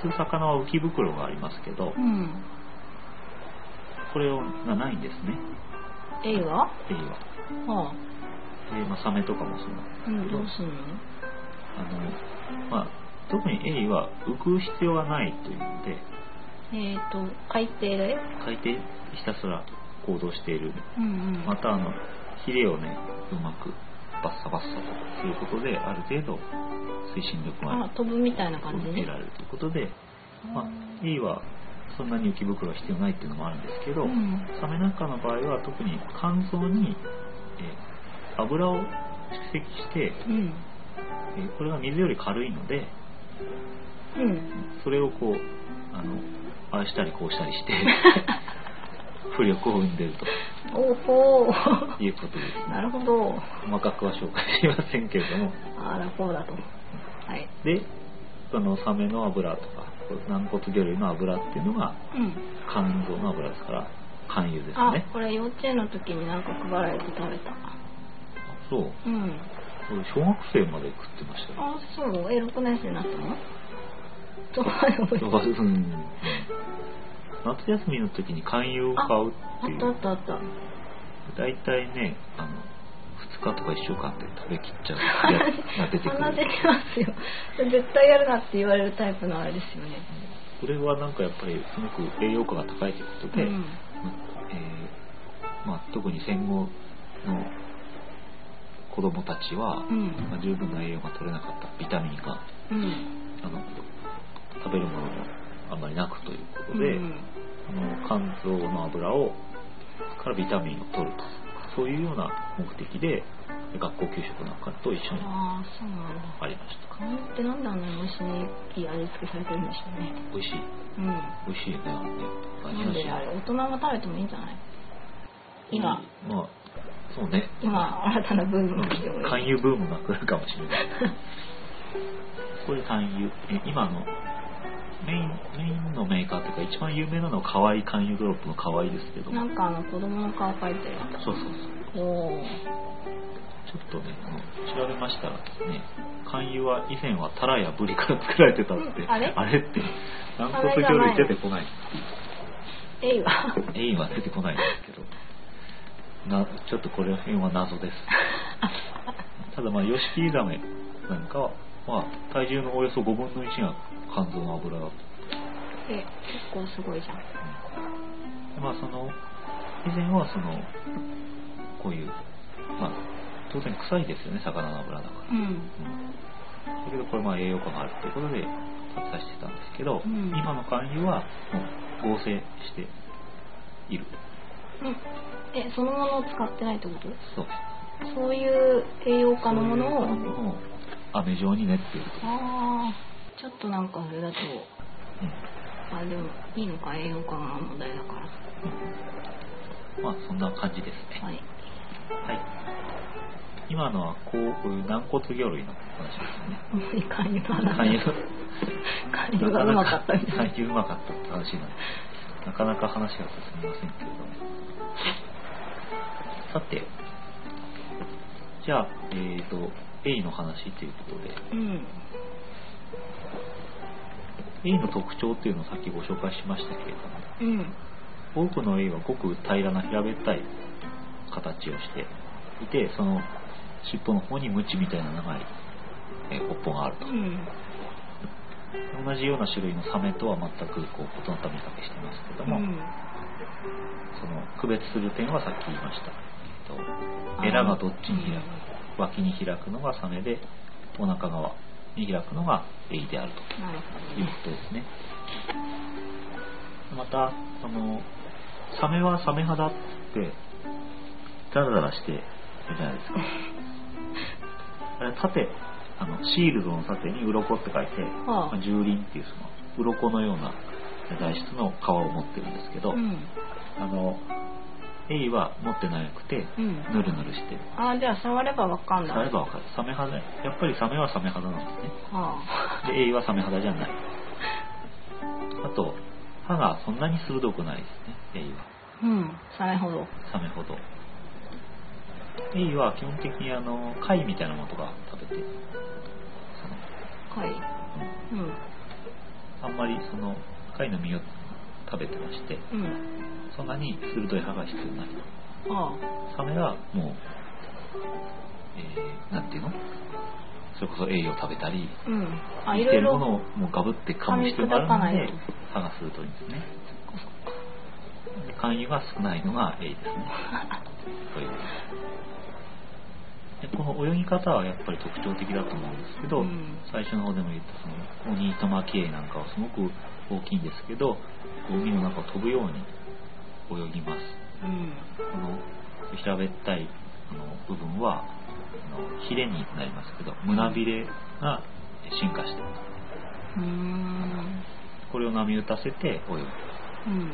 Speaker 1: 普通魚は浮き袋がありますけど
Speaker 2: うん
Speaker 1: これをがないんですね
Speaker 2: エイは
Speaker 1: エイは
Speaker 2: はあ
Speaker 1: で、まあ、サメとかもそうなんです
Speaker 2: うん
Speaker 1: けど
Speaker 2: どうすんの
Speaker 1: あの、まあ、特にエイは浮く必要がないというので
Speaker 2: えっ、ー、と海底で
Speaker 1: 海底ひたすら行動している
Speaker 2: うんうん
Speaker 1: またあのヒレをねうまくバッサバッサということである程度推進力が
Speaker 2: あ飛ぶみたいな感じ
Speaker 1: 得
Speaker 2: ね
Speaker 1: られるということで、まあ、エイはそんなに浮き袋は必要ないっていうのもあるんですけど、
Speaker 2: うん
Speaker 1: サメなんかの場合は特に肝臓に、えー油を蓄積して、
Speaker 2: うん
Speaker 1: えーこれは水より軽いので
Speaker 2: うん
Speaker 1: それをこうあのああしたりこうしたりして浮力を生んでると
Speaker 2: おほう
Speaker 1: いうことです
Speaker 2: なるほど
Speaker 1: 細かくは紹介しませんけれども
Speaker 2: あらこうだとはい
Speaker 1: でそのサメの油とかこう軟骨魚類の油っていうのが
Speaker 2: うん
Speaker 1: 肝臓の油ですから肝油です
Speaker 2: あ
Speaker 1: ね
Speaker 2: これ幼稚園の時になんか配られて食べた
Speaker 1: そう
Speaker 2: うん
Speaker 1: これ小学生まで食ってましたよ
Speaker 2: あそうえ6年生になったのどこまで覚えてる
Speaker 1: うん夏休みの時に肝油を買うってい
Speaker 2: あっ
Speaker 1: う
Speaker 2: たあったあっ
Speaker 1: 大体ねあの2日とか1週間で食べきっちゃうやつが 出て
Speaker 2: た
Speaker 1: く
Speaker 2: 鼻出
Speaker 1: る
Speaker 2: てますよ絶対やるなって言われるタイプのあれですよね
Speaker 1: これはなんかやっぱりすごく栄養価が高いということで、
Speaker 2: うん
Speaker 1: えーまあ、特に戦後の子供たちは、
Speaker 2: うん
Speaker 1: まあ、十分な栄養が取れなかったビタミンが
Speaker 2: うん
Speaker 1: あの食べるものもあんまりなくということ
Speaker 2: う
Speaker 1: で、
Speaker 2: ん
Speaker 1: あの肝臓の油をからビタミンを取るとそういうような目的で学校給食なんかと一緒に
Speaker 2: ああそうなんだ
Speaker 1: ありました
Speaker 2: カニってなんであんなに美味しい味付けされてるんでしょうね
Speaker 1: 美味しい
Speaker 2: うん
Speaker 1: 美味しいよねあれね
Speaker 2: なんであれ大人は食べてもいいんじゃない今、
Speaker 1: まあそうね
Speaker 2: 今新たなブームが来てもいい
Speaker 1: 勧誘ブームが来るかもしれないこれ勧誘え今のメインメインのメーカーというか一番有名なのは可愛い勧誘ドロップの可愛いですけど
Speaker 2: なんかあの子供の顔描いてる
Speaker 1: そうそうそう
Speaker 2: おー
Speaker 1: ちょっとねあの調べましたらね勧誘は以前はタラやブリから作られてたって、
Speaker 2: うんあれ
Speaker 1: って軟骨魚類出てこない
Speaker 2: エイ は
Speaker 1: エイは出てこないんですけどなちょっとこれ辺は謎ですただまあヨシキリザメなんかは、まあ、体重のおよそ5分の1が肝臓の油だと
Speaker 2: え結構すごいじゃん
Speaker 1: でまあその以前はそのこういうまあ当然臭いですよね魚の油だから、
Speaker 2: うん
Speaker 1: だけどこれまあ栄養価があるということで発達してたんですけど、
Speaker 2: うん
Speaker 1: 今の肝油はもう合成している
Speaker 2: うんえそのものを使ってないってこと
Speaker 1: そう
Speaker 2: そういう栄養価のものを
Speaker 1: そういうものを飴状に練っている
Speaker 2: ああちょっとなんかそれだとあでもいいのか栄養価が問題だか
Speaker 1: うんまあそんな感じですね
Speaker 2: らはい
Speaker 1: はい今のはこういう軟骨魚類の話ですね
Speaker 2: あんまり勧誘の話
Speaker 1: 勧油
Speaker 2: 勧誘がうまかったみたいな
Speaker 1: 最近うまかったって話なんでなかなか話が進みませんけれどもさてじゃあえっ、ー、と A の話ということで
Speaker 2: うん、
Speaker 1: A の特徴っていうのをさっきご紹介しましたけれども
Speaker 2: うん、
Speaker 1: 多くの A はごく平らな平べったい形をしていてその尻尾の方にムチみたいな長い、えー、尾っぽがあると
Speaker 2: うん、
Speaker 1: 同じような種類のサメとは全くこう異なった見かけしてますけども、
Speaker 2: うん、
Speaker 1: その区別する点はさっき言いました、えっと、エラがどっちに開く脇に開くのがサメでお腹側に開くのがエイであると
Speaker 2: なるほど
Speaker 1: いう
Speaker 2: ね
Speaker 1: ことですねまたそのサメはサメ肌って ダラダラしてるじゃないですかあれ盾あのシールドの盾に鱗って書いて、
Speaker 2: はあ
Speaker 1: まあ蹂躙っていうその鱗のような材質の皮を持ってるんですけど、
Speaker 2: うん
Speaker 1: あのエイは持ってなくて
Speaker 2: うん
Speaker 1: ぬるぬるしてる
Speaker 2: あーじゃあ触ればわかんない
Speaker 1: 触ればわかるサメ肌やっぱりサメはサメ肌なんですね
Speaker 2: はあ
Speaker 1: でエイはサメ肌じゃないあと歯がそんなに鋭くないですねエイは
Speaker 2: うんサメほど
Speaker 1: サメほどエイは基本的にあの貝みたいなものとか食べてその
Speaker 2: はいうん
Speaker 1: あんまりその貝の身を食べてまして
Speaker 2: うん
Speaker 1: そんなに鋭い歯が必要ない
Speaker 2: あ
Speaker 1: サメはもう、えー、なんていうのそれこそ栄養を食べたり
Speaker 2: あうんあ
Speaker 1: 生
Speaker 2: い
Speaker 1: き
Speaker 2: ろ
Speaker 1: て
Speaker 2: い
Speaker 1: るもの
Speaker 2: ろ
Speaker 1: をもうガブって噛む必要があるの
Speaker 2: 噛み
Speaker 1: で
Speaker 2: 砕か
Speaker 1: 歯が鋭いんですねで肝油が少ないのが A ですねというでこの泳ぎ方はやっぱり特徴的だと思うんですけど、
Speaker 2: うん
Speaker 1: 最初の方でも言ったそのオニイトマキエイなんかはすごく大きいんですけど海の中を飛ぶように泳ぎます
Speaker 2: うん
Speaker 1: この平べったいあの部分はあのヒレになりますけど胸びれが進化している
Speaker 2: うーん
Speaker 1: これを波打たせて泳ぐ
Speaker 2: うん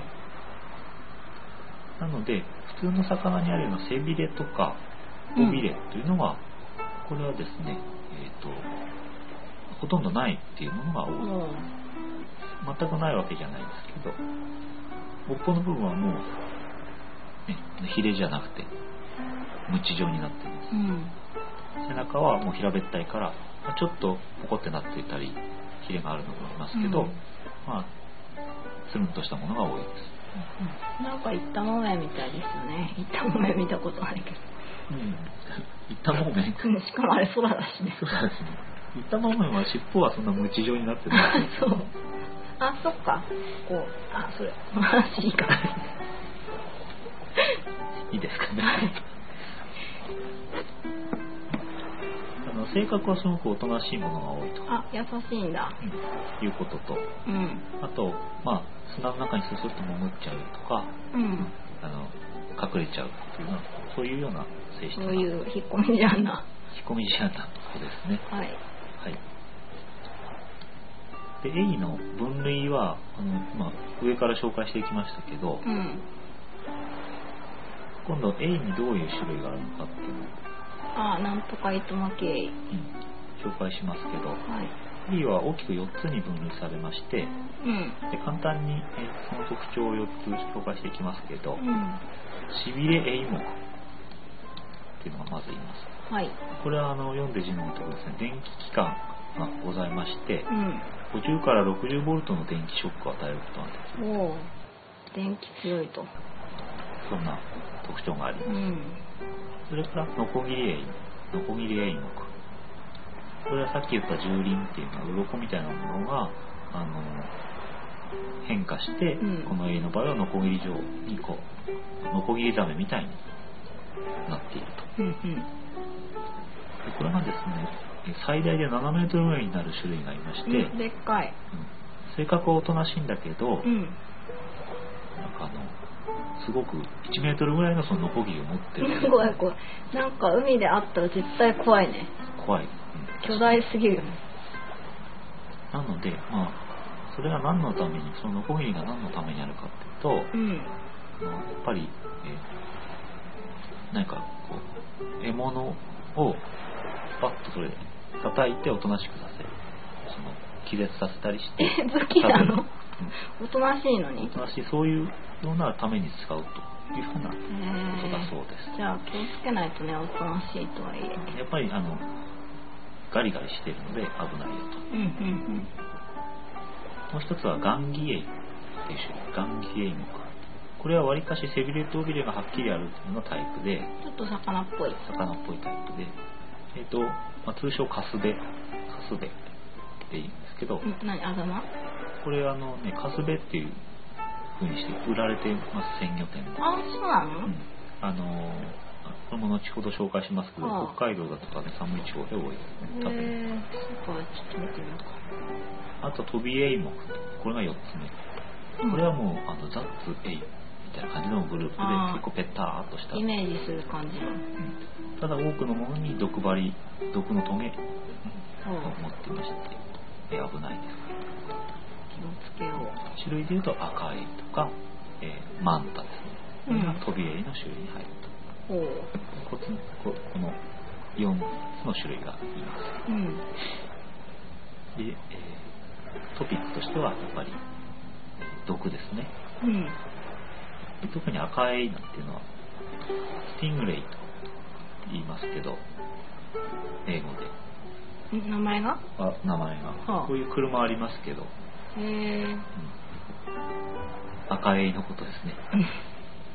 Speaker 1: なので普通の魚にあるような背びれとか尾びれというのが、これはですね、えー、とほとんどないっていうものが多い、
Speaker 2: もう
Speaker 1: 全くないわけじゃないんですけど尾っぽの部分はもう、ね、ヒレじゃなくてムチ状になってるんです
Speaker 2: うん
Speaker 1: 背中はもう平べったいからまあちょっとポコってなっていたりヒレがあるのもありますけど、
Speaker 2: うん
Speaker 1: まあつるんとしたものが多いです
Speaker 2: なんか行ったもめみたいですね行ったもめ見たことないけど
Speaker 1: うんいったもんめ
Speaker 2: うんしかもあれ空だしね
Speaker 1: そうですね。いったまんまは尻尾はそんな無知状になってない。
Speaker 2: そうあそっかこうあそれこの話いいかない
Speaker 1: いですかね。あの性格はすごくおとなしいものが多いと
Speaker 2: あ優しいんだ
Speaker 1: いうことと、
Speaker 2: うん
Speaker 1: あとまあ砂の中にすすっと潜っちゃうとか、
Speaker 2: うん
Speaker 1: あの隠れちゃうというようなそういうような性質
Speaker 2: そ
Speaker 1: が
Speaker 2: うい
Speaker 1: 引っ
Speaker 2: う引っ込みじゃんな
Speaker 1: 込み思案なところですね。
Speaker 2: はい
Speaker 1: はい。で、エイの分類は、あの、まあ、上から紹介していきましたけど、
Speaker 2: うん
Speaker 1: 今度エイにどういう種類があるのかっていうのを、
Speaker 2: あなんとかいとまけい
Speaker 1: うん紹介しますけど
Speaker 2: はい
Speaker 1: エイは大きく4つに分類されまして
Speaker 2: うん
Speaker 1: で簡単にえーその特徴を4つ紹介していきますけど
Speaker 2: うん
Speaker 1: しびれエイ目っていうのがまずいます
Speaker 2: はい
Speaker 1: これはあの読んで字のごとくですね電気機関がございまして
Speaker 2: うん
Speaker 1: 50から60ボルトの電気ショックを与えることができる
Speaker 2: おお電気強いと
Speaker 1: そんな特徴があり
Speaker 2: う
Speaker 1: ます
Speaker 2: ん
Speaker 1: それからノコギリエイノコギリエイ目これはさっき言った蹂躙っていうのは鱗みたいなものがあの変化して、
Speaker 2: うん
Speaker 1: このエイの場合はノコギリ状にこうノコギリザメみたいになっていると
Speaker 2: うんうん
Speaker 1: でこれがですね最大で7メートルぐらいになる種類がいまして、
Speaker 2: うんでっかい
Speaker 1: うん性格はおとなしいんだけど、
Speaker 2: うん
Speaker 1: なんかあのすごく1メートルぐらいのそのノコギリを持ってる
Speaker 2: すごい 怖いなんか海で会ったら絶対怖いね
Speaker 1: 怖い、うん
Speaker 2: 巨大すぎるよね
Speaker 1: なので、まあ、それが何のために、そのノコギリが何のためにあるかっていうと、
Speaker 2: うん
Speaker 1: あのやっぱり、えー何かこう、獲物をバッとそれ叩いておとなしくさせる。その気絶させたりして
Speaker 2: え武器なの
Speaker 1: 食べる
Speaker 2: おとなしいの
Speaker 1: うんお
Speaker 2: に
Speaker 1: となしい、そういうようなために使うというふうなこ
Speaker 2: へ
Speaker 1: とだ
Speaker 2: ー
Speaker 1: そうです。
Speaker 2: じゃあ気をつけないとねおとなしいとはいえ
Speaker 1: やっぱり、あの、ガリガリしているので危ないよと。
Speaker 2: うんうん
Speaker 1: もう一つはガンギエイっていう種類、ガンギエイ目。これはわりかし背びれと尾びれがはっきりあるのがタイプで、
Speaker 2: うんちょっと魚っぽい
Speaker 1: 魚っぽいタイプで、えっ、と、まあ、通称カスベ、カスベって言うんですけど、
Speaker 2: ん何あだ名
Speaker 1: これあのね、カスベっていう風にして売られてます、鮮魚店で。
Speaker 2: あそうなの
Speaker 1: うんあのーこれも後ほど紹介しますけど
Speaker 2: ああ、
Speaker 1: 北海道だとかね、寒い地方で多いですね、多分。
Speaker 2: へえすごいちょっと見てみようか
Speaker 1: あと、トビエイ目。これが4つ目。これはもうあのザッツエイみたいな感じのグループで
Speaker 2: あー
Speaker 1: 結構ペターっとした
Speaker 2: イメージする感じの
Speaker 1: うんただ多くのものに毒針毒のトゲ、うん、を持ってまして、えー、危ないです
Speaker 2: 気をつけよう
Speaker 1: 種類でいうと赤エイとか、えー、マンタですね、うん、飛びエイの種類に入るとおこっちここの4の種類がいます、うん、で、えー、トピックとしてはやっぱり毒ですね、うん、で特に赤エイなんていうのはスティングレイと言いますけど英語
Speaker 2: で名前が
Speaker 1: あ名前が、はあ、こういう車ありますけどへえ、うん、赤エイのことです ね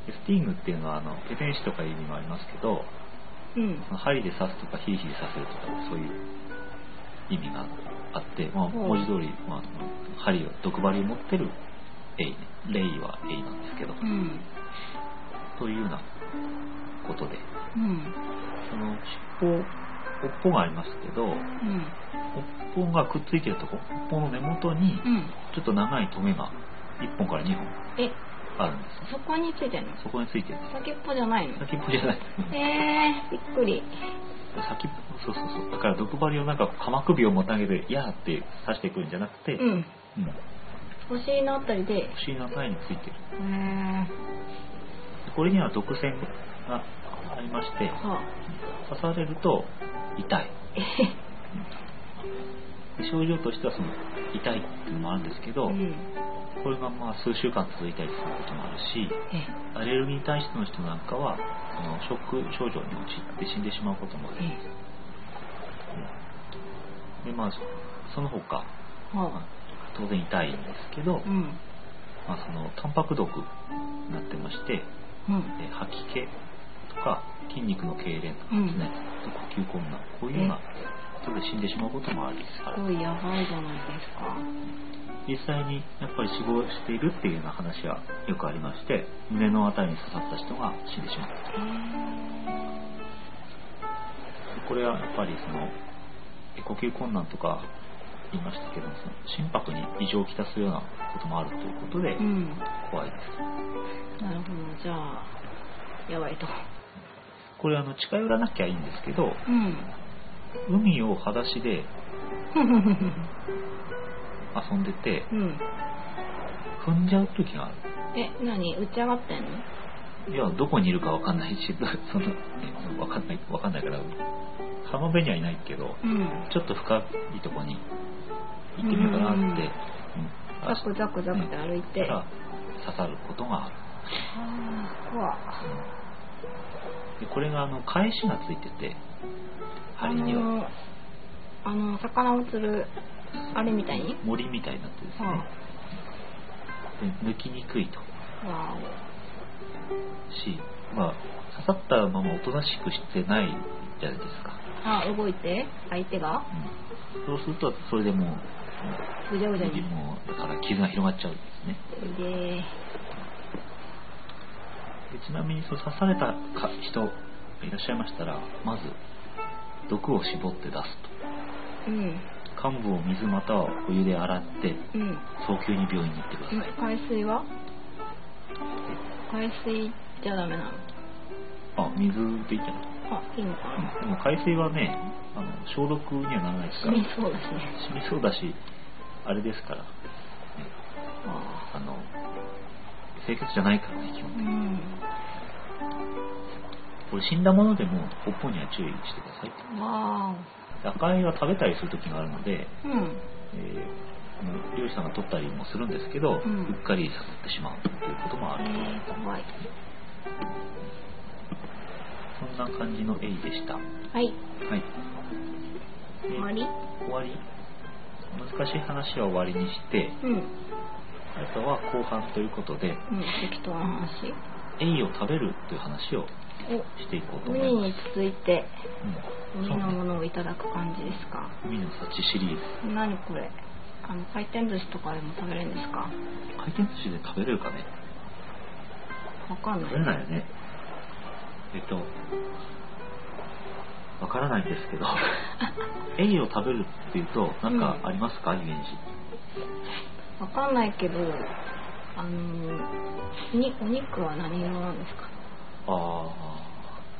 Speaker 1: スティングっていうのはあのペテン師とかいう意味もありますけど、うん、針で刺すとかヒリヒリさせるとかそういう意味があって、まあ、文字通り、まあ、針を毒針を持ってるエイねレイはエイなんですけど、うん、というようなことで、うん、その尻尾尾っぽがありますけど、うん、尾っぽがくっついてるとこ尾っぽの根元にちょっと長いトゲが1本から2本あるんです、
Speaker 2: そこについてるの
Speaker 1: そこについてる
Speaker 2: 先っぽじゃないの
Speaker 1: 先っぽじゃない
Speaker 2: へえー、びっくり
Speaker 1: 先そうそうそうだから毒針をなんか鎌首をもたげて「やー」って刺してくるんじゃなくて、うん、
Speaker 2: うん、お尻のあたりで
Speaker 1: お尻のあたりについてるへえこれには毒腺がありまして、はあ、刺されると痛い症状としてはその痛いっていうのもあるんですけど、うん、これがまあ数週間続いたりすることもあるしアレルギー体質の人なんかはそのショック症状に陥って死んでしまうこともあります、うん、でまあその他、はあまあ、当然痛いんですけど、うん、まあ、そのタンパク毒になってまして、うん、吐き気とか筋肉の痙攣とかですね、うん、呼吸困難こういうようなことで死んでしまうこともあり
Speaker 2: すごいやばいじゃないですか
Speaker 1: 実際にやっぱり死亡しているっていうような話はよくありまして胸の辺りに刺さった人が死んでしまうこれはやっぱりその呼吸困難とか言いましたけどその心拍に異常をきたすようなこともあるということで、うん、怖いです
Speaker 2: なるほどじゃあやばいと
Speaker 1: これあの近寄らなきゃいいんですけど、うん、海を裸足で遊んでて、うん、踏んじゃう時がある
Speaker 2: え何打ち上がってん
Speaker 1: のいやどこにいるか分かんないしその分かんない分かんないから浜辺にはいないけど、うん、ちょっと深いとこに行ってみようかなって、うんうん、
Speaker 2: ザクザクザクって歩いて、うん、
Speaker 1: 刺さることがあるでこれがあの返しがついてて針には
Speaker 2: あの魚を釣るあれみたいに
Speaker 1: 森みたいになってですね、うん、抜きにくいとしまあ刺さったままおとなしくしてないじゃないですか
Speaker 2: あ動いて相手が、
Speaker 1: うん、そうするとそれでも
Speaker 2: うぐじゃぐじゃに
Speaker 1: もうだから傷が広がっちゃうんですねでちなみにそう刺されたか人いらっしゃいましたらまず毒を絞って出すと、うん、患部を水またはお湯で洗って、うん、早急に病院に行ってください
Speaker 2: 海水は海水じゃダメなの
Speaker 1: あ水でいいじゃない
Speaker 2: あ、いいのかな。
Speaker 1: でも海水はね、あの消毒にはならないですから。
Speaker 2: 染みそうだしね。。
Speaker 1: 染みそうだし、あれですから。ね、ああの、清潔じゃないからね、基本的に。うん、これ死んだものでも、ポッポには注意してくださいって。わ赤いは食べたりする時があるので、うん、えー、漁師さんが取ったりもするんですけど、うん、うっかり刺さってしまうということもあると思います。えー、怖いそんな感じのエイでした。はい
Speaker 2: はい。終わり、
Speaker 1: 終わり。難しい話は終わりにして、うん、あとは後半ということで、うん
Speaker 2: 適当な話。
Speaker 1: エイを食べるという話をしていこうと思います。
Speaker 2: 海に続いて、うん、海のものをいただく感じですか。
Speaker 1: 海の幸シリー
Speaker 2: ズ。何これあの回転寿司とかでも食べれるんですか
Speaker 1: 回転寿司で食べれるかね
Speaker 2: わかんない。
Speaker 1: 食べれないよね。えっと、わからないんです けど、エイを食べるっていうと、何かありますか、うん、イメージ。
Speaker 2: わかんないけど、あの、にお肉は何色なんですか
Speaker 1: あ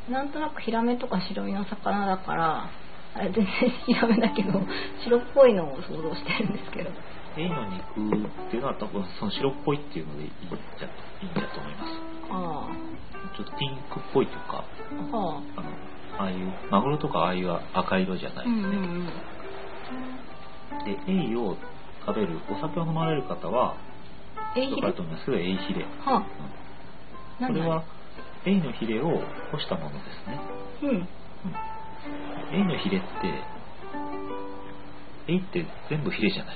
Speaker 1: あ、
Speaker 2: なんとなくヒラメとか白身の魚だからあれ全然ヒラメだけど白っぽいのを想像してるんですけど
Speaker 1: エイの肉っていうのは多分その白っぽいっていうのでいいんじゃいいんだと思います
Speaker 2: あ
Speaker 1: ちょっとピンクっぽいとか
Speaker 2: あは
Speaker 1: あのああいうマグロとかああいう赤色じゃな
Speaker 2: あ
Speaker 1: いうで
Speaker 2: ん
Speaker 1: す
Speaker 2: う
Speaker 1: ね、
Speaker 2: ん
Speaker 1: でエイを食べるお酒を飲まれる方は
Speaker 2: うんエイ
Speaker 1: と
Speaker 2: ヒ
Speaker 1: か
Speaker 2: レ
Speaker 1: だと思いますけどエイヒレ
Speaker 2: はあ
Speaker 1: こ
Speaker 2: 何
Speaker 1: れ
Speaker 2: だ
Speaker 1: はエイのヒレを干したものですね
Speaker 2: うん
Speaker 1: エイのヒレってエイって全部ヒレじゃ ない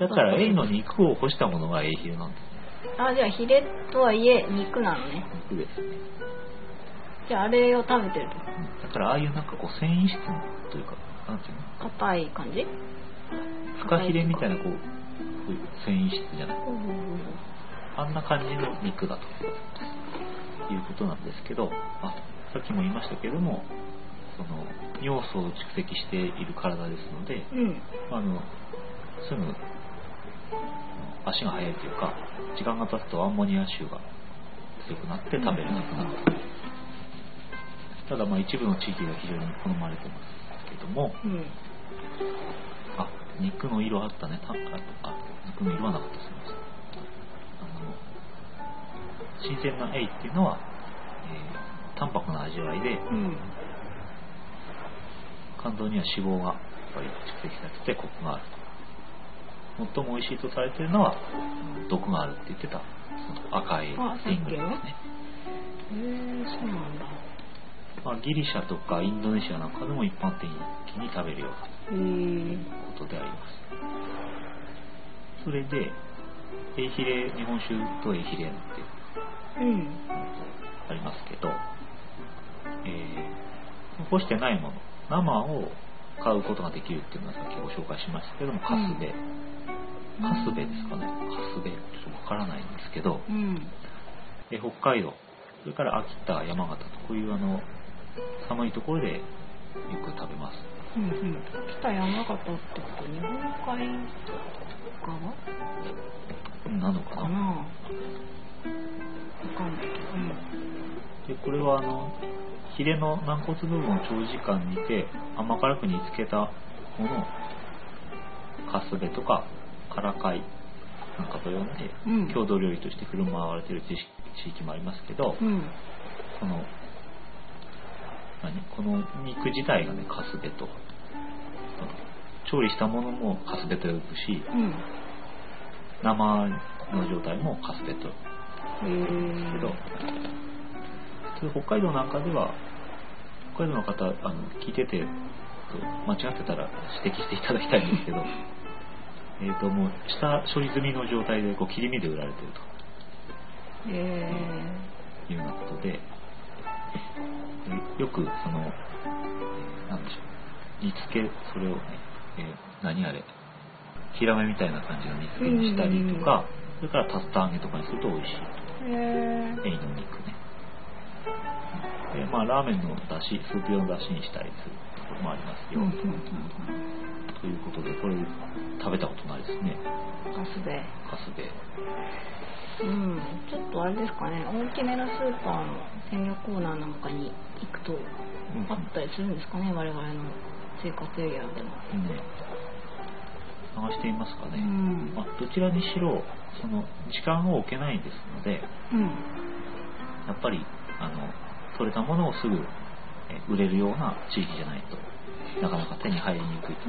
Speaker 1: だからエイの肉を干したものがエイヒレなんです
Speaker 2: あじゃあヒレとはいえ肉なのね
Speaker 1: 肉ですね
Speaker 2: じゃああれを食べてる
Speaker 1: うんだからああいうなんかこう繊維質のというかなんていうの
Speaker 2: と硬い感じ
Speaker 1: フカヒレみたいなこうこういう繊維質じゃないあんな感じの肉だということなんですけど、まあ、さっきも言いましたけどもその尿素を蓄積している体ですので
Speaker 2: うん
Speaker 1: あのすぐ足が速いというか時間が経つとアンモニア臭が強くなって食べれなくなる、ただまあ一部の地域では非常に好まれてますけども
Speaker 2: うん
Speaker 1: あ肉の色あったねたああ肉の色はなかったすみませんあの新鮮なエイっていうのは、えー淡白な味わいで
Speaker 2: うん
Speaker 1: 肝臓には脂肪がやっぱり蓄積されててコクがあると最も美味しいとされてるのはうん毒があるって言ってたその赤い
Speaker 2: あ
Speaker 1: リングです
Speaker 2: さっき
Speaker 1: ね、
Speaker 2: へえそうなんだ
Speaker 1: まあ、ギリシャとかインドネシアなんかでも一般的に食べるような
Speaker 2: へえ
Speaker 1: ことでありますそれでエイヒレ日本酒とエイヒレなんて
Speaker 2: うん
Speaker 1: ありますけど、えー干してないもの生を買うことができるっていうのはさっきご紹介しましたけどもカスベ、カスベですかねカスベちょっとわからないんですけど、
Speaker 2: うん
Speaker 1: えー北海道それから秋田山形とこういうあの寒いところでよく食べます
Speaker 2: うんうん北山形ってこと日本海側
Speaker 1: なのか
Speaker 2: かな
Speaker 1: な
Speaker 2: わかんないけどうん
Speaker 1: でこれはあのヒレの軟骨部分を長時間煮て甘辛く煮つけたものをカスベとかからかいなんかと呼んで
Speaker 2: うん
Speaker 1: 郷土料理として振る舞われてる地地域もありますけど、
Speaker 2: うん
Speaker 1: この何この肉自体がねカスベと調理したものもカスベと呼ぶし
Speaker 2: うん
Speaker 1: 生の状態もカスベとけ
Speaker 2: へえ
Speaker 1: ど、それ北海道なんかでは、北海道の方、あの聞いてて、と間違ってたら指摘していただきたいんですけど、 えっと、もう、下処理済みの状態で、こう、切り身で売られてる
Speaker 2: へえ
Speaker 1: というようなことで、でよく、その、なんでしょう、煮付け、それをね、えー何あれ、ヒラメみたいな感じの煮付けにしたりとか、それから竜田揚げとかにすると美味しい。
Speaker 2: へえ
Speaker 1: エイの肉ね。で、まあ、ラーメンの出汁、スープ用の出汁にしたりするところもありますよ。
Speaker 2: うんうんうん
Speaker 1: ということで、これ食べたことないですね。
Speaker 2: うんガスで
Speaker 1: カスベ。
Speaker 2: うんちょっとあれですかね大きめのスーパーの鮮魚コーナーなんかに行くとあったりするんですかね我々の生活エリアでも
Speaker 1: うん。探してみますか
Speaker 2: う
Speaker 1: ね。
Speaker 2: ん
Speaker 1: まあ、どちらにしろ、その、時間を置けないですので、
Speaker 2: うん
Speaker 1: やっぱり、あの、取れたものをすぐえ売れるような地域じゃないと、なかなか手に入りにくいと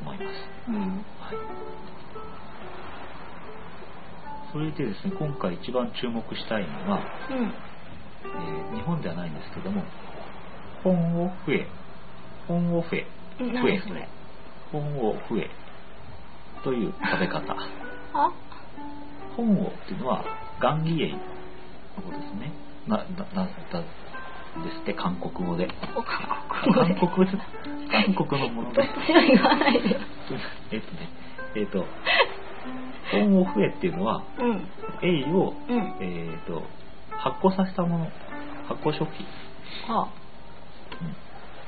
Speaker 1: 思います。
Speaker 2: うん
Speaker 1: はい、それでですね今回一番注目したいのは、
Speaker 2: うん
Speaker 1: えー日本ではないんですけどもホンオフエホンオフエ
Speaker 2: うん
Speaker 1: フエ
Speaker 2: 何それ
Speaker 1: ホンオフエという食べ方
Speaker 2: あ
Speaker 1: ホンオっていうのはガンギエイのことですねなななだですって韓国語 で
Speaker 2: お韓国
Speaker 1: 韓
Speaker 2: 語で
Speaker 1: 国語で韓国のもの
Speaker 2: ち
Speaker 1: で
Speaker 2: ょ っと言わないで
Speaker 1: えっとねえっとホンオフエっていうのは
Speaker 2: うん
Speaker 1: エイを
Speaker 2: うん
Speaker 1: えー、と発酵させたもの発酵食品
Speaker 2: あ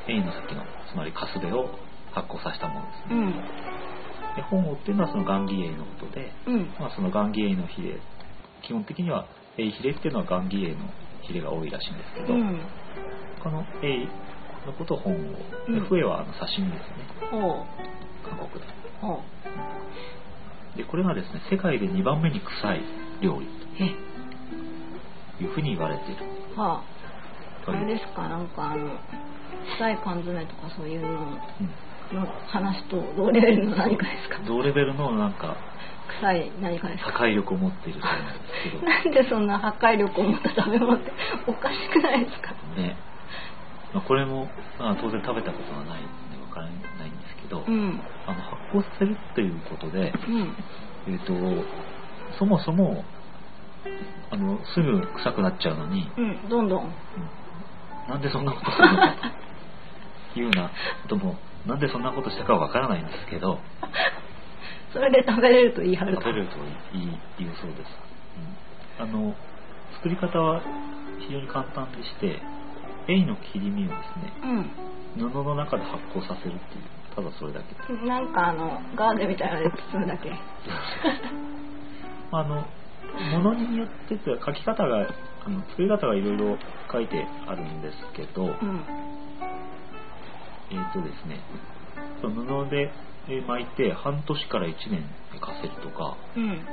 Speaker 1: エイの先のつまりカスベを発酵させたものです
Speaker 2: う
Speaker 1: ね、
Speaker 2: ん
Speaker 1: で本語っていうのはそのガンギエイのことで、
Speaker 2: うん
Speaker 1: まあ、そのガンギエイのヒレ基本的にはエイヒレっていうのはガンギエイのヒレが多いらしいんですけど、うん、この A のことを本魚、うん、FA はあの刺身ですね、韓国で。でこれがですね世界で2番目に臭い料理というふうに言われている。
Speaker 2: はあ、あれですかなんかあの臭い缶詰とかそういうのの話と同レベルの何かですか、
Speaker 1: 同レベルのなんか
Speaker 2: 臭い何かですか
Speaker 1: 破壊力を持っているそうなんですけど
Speaker 2: なんでそんな破壊力を持った食べ物っておかしくないですか
Speaker 1: ね、まあ、これも、まあ、当然食べたことがないので分からないんですけど、うん、あの発酵させるということで、うん、えーと、とそもそもあのすぐ臭くなっちゃうのに、
Speaker 2: うん、どんどん、
Speaker 1: なんでそんなことするのかというなこともなんでそんなことしたかは分からないんですけど
Speaker 2: それで食べれると言い張
Speaker 1: る食べれると言い言うそうです、うん、あの作り方は非常に簡単でしてエイの切り身をですね、うん、布の中で発酵させるっていうただそれだけ
Speaker 2: なんかあのガーゼみたいなので包むだけ
Speaker 1: あのものによってって書き方があの作り方がいろいろ書いてあるんですけど、うん、えっ、ー、とですね布で巻いて半年から1年寝かせるとか、うん、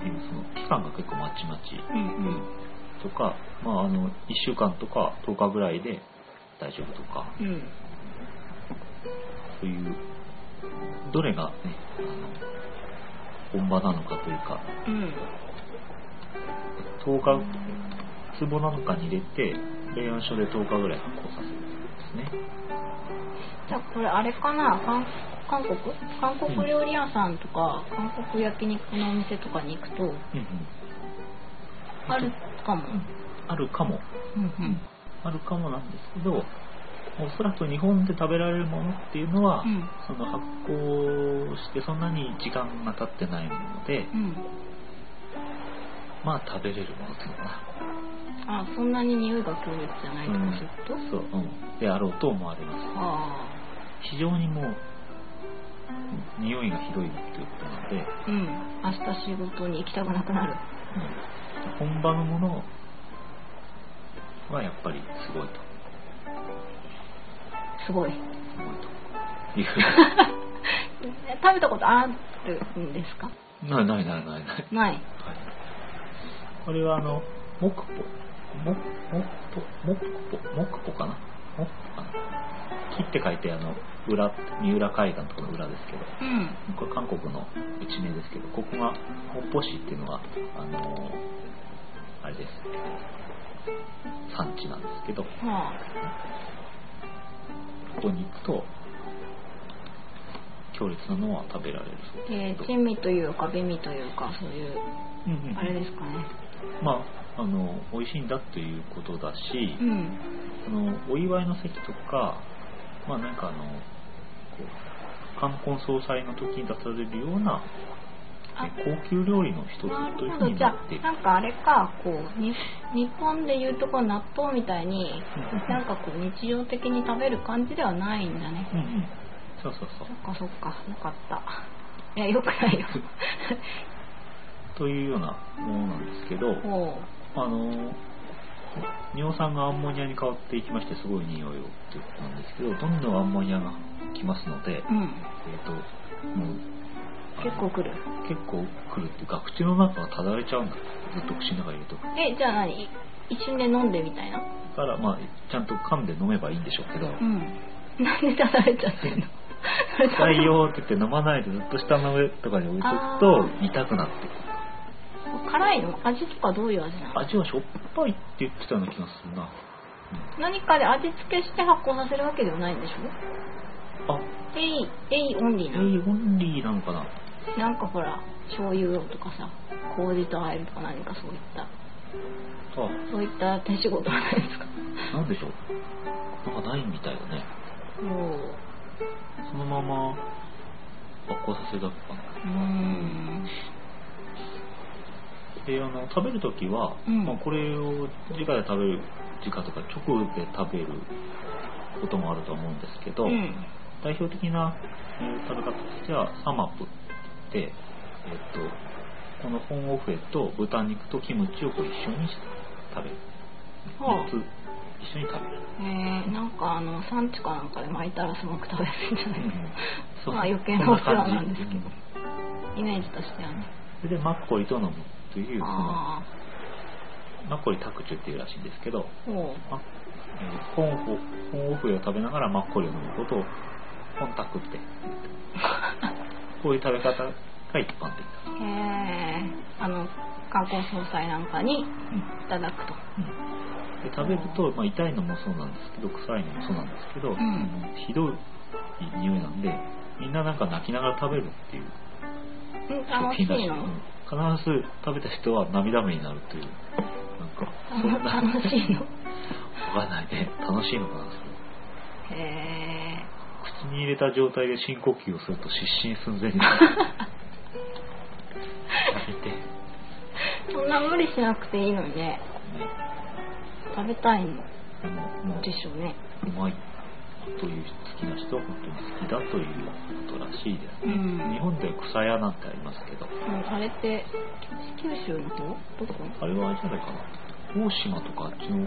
Speaker 1: その期間が結構まちまち、とか、まあ、あの1週間とか10日ぐらいで大丈夫とか、うん、そういうどれがねあの本場なのかというか、うん、10日壺なんかに入れて冷暗所で10日ぐらい発酵させるんですね。
Speaker 2: じゃこれあれかな韓国韓国料理屋さんとか、うん、韓国焼肉のお店とかに行くと、うんうん、あるかも、
Speaker 1: あるかも、うんうん、あるかもなんですけどおそらく日本で食べられるものっていうのは、うん、その発酵してそんなに時間が経ってないもので、うん、まあ食べれるものっていうのか
Speaker 2: なあそんなに匂いが強烈じゃないとか
Speaker 1: すると、そう、うん、であろうと思われますあ非常にもう匂いがひどいっていうことなので、
Speaker 2: うん、明日仕事に行きたくなくなる、
Speaker 1: うん、本場のものはやっぱりすごいと
Speaker 2: すご
Speaker 1: ご
Speaker 2: いす
Speaker 1: いという
Speaker 2: 食べたことあるんですか
Speaker 1: ないないないない
Speaker 2: ないない、はい、
Speaker 1: これはあのモクポモモポモクポモクポかなモクポかな木って書いてあの裏三浦海岸とかの裏ですけど、うん、これ韓国の地名ですけどここが北方市っていうのはあのー、あれです産地なんですけど、はあ、ここに行くと強烈なのは食べられるそう
Speaker 2: です、えー、珍味というか美味というかそういう、うんうん、あれですかね
Speaker 1: まああの美味しいんだということだし、うん、あのお祝いの席とかまあなんかあの、こう、冠婚葬祭の時に出されるような、高級料理の一つというふうになって
Speaker 2: る。なんかあれか、こう、日本でいうとこ納豆みたいに、なんかこう、日常的に食べる感じではないんだね。
Speaker 1: うんうん。そうそうそう。
Speaker 2: そっかそっか、なかった。いや、よくな いよ。
Speaker 1: というようなものなんですけど、あの、尿酸がアンモニアに変わっていきましてすごい匂いをっていうことなんですけどどんどんアンモニアがきますので、うん、えーと、ともう
Speaker 2: 結構くる
Speaker 1: 結構くるっていうか口の中がただれちゃうんだずっと口の中に入れとく
Speaker 2: えじゃあ何一瞬で飲んでみたいな、
Speaker 1: だからまあちゃんと噛んで飲めばいいんでしょうけど、うん
Speaker 2: なんでただれちゃってんの
Speaker 1: 痛いよって言って飲まないでずっと下の上とかに置いとくと痛くなってくる
Speaker 2: 辛いの味とかどういう味な
Speaker 1: の味はしょっぱいって言ってたような気がするな、
Speaker 2: うん、何かで味付けして発酵させるわけではないんでしょあエイエイオンリーな
Speaker 1: のエイオンリーなのかな
Speaker 2: なんかほら醤油とかさ麹と和えるとか何かそういったそういった手仕事はないですか
Speaker 1: なんでしょうなんかないみたいだねもうそのまま発酵させるだけかなうんであの食べる時は、うん、まあ、これを直で食べる直とか直で食べることもあると思うんですけど、うん、代表的な、えー、食べ方としてはサマップって言って、えー、っとこの本オフエと豚肉とキムチをこう一緒にして食べる
Speaker 2: はあ
Speaker 1: 3つ一緒に食べる
Speaker 2: えー、なんかあの産地かなんかで巻いたらすごく食べやすいんじゃないです
Speaker 1: そ
Speaker 2: か、
Speaker 1: う
Speaker 2: まあ余計なお世話なんですけどイメージとしてはね
Speaker 1: それでマッコリと飲むというその
Speaker 2: あ
Speaker 1: マッコリタクチュっていうらしいんですけど、
Speaker 2: あほう
Speaker 1: まえーコーンホコーンオフェを食べながらマッコリを飲むことをコンタクってこういう食べ方が一般的だ、
Speaker 2: へえあの観光総裁なんかに
Speaker 1: う
Speaker 2: い
Speaker 1: ん
Speaker 2: ただくと
Speaker 1: うん、で食べると、まあ、痛いのもそうなんですけど臭いのもそうなんですけど、
Speaker 2: ん
Speaker 1: うんひどい匂いなんでみんななんか泣きながら食べるっていうん食
Speaker 2: 楽し
Speaker 1: 品らし
Speaker 2: い
Speaker 1: い
Speaker 2: の
Speaker 1: うん必ず食べた人は涙目になるというなんかそんな
Speaker 2: あ楽しいの
Speaker 1: わかんないね楽しいのかなそれ
Speaker 2: へえ
Speaker 1: 口に入れた状態で深呼吸をすると失神寸前になるやめて、ね、
Speaker 2: そんな無理しなくていいのにね食べたいの
Speaker 1: でももう
Speaker 2: でしょうね
Speaker 1: うまいという好きな人は本当に好きだということらしいですね、
Speaker 2: うん
Speaker 1: 日本では草屋なんてありますけど
Speaker 2: もうあれって九州の方どこ
Speaker 1: あれはあれじゃないかな大島とかあっちの
Speaker 2: うー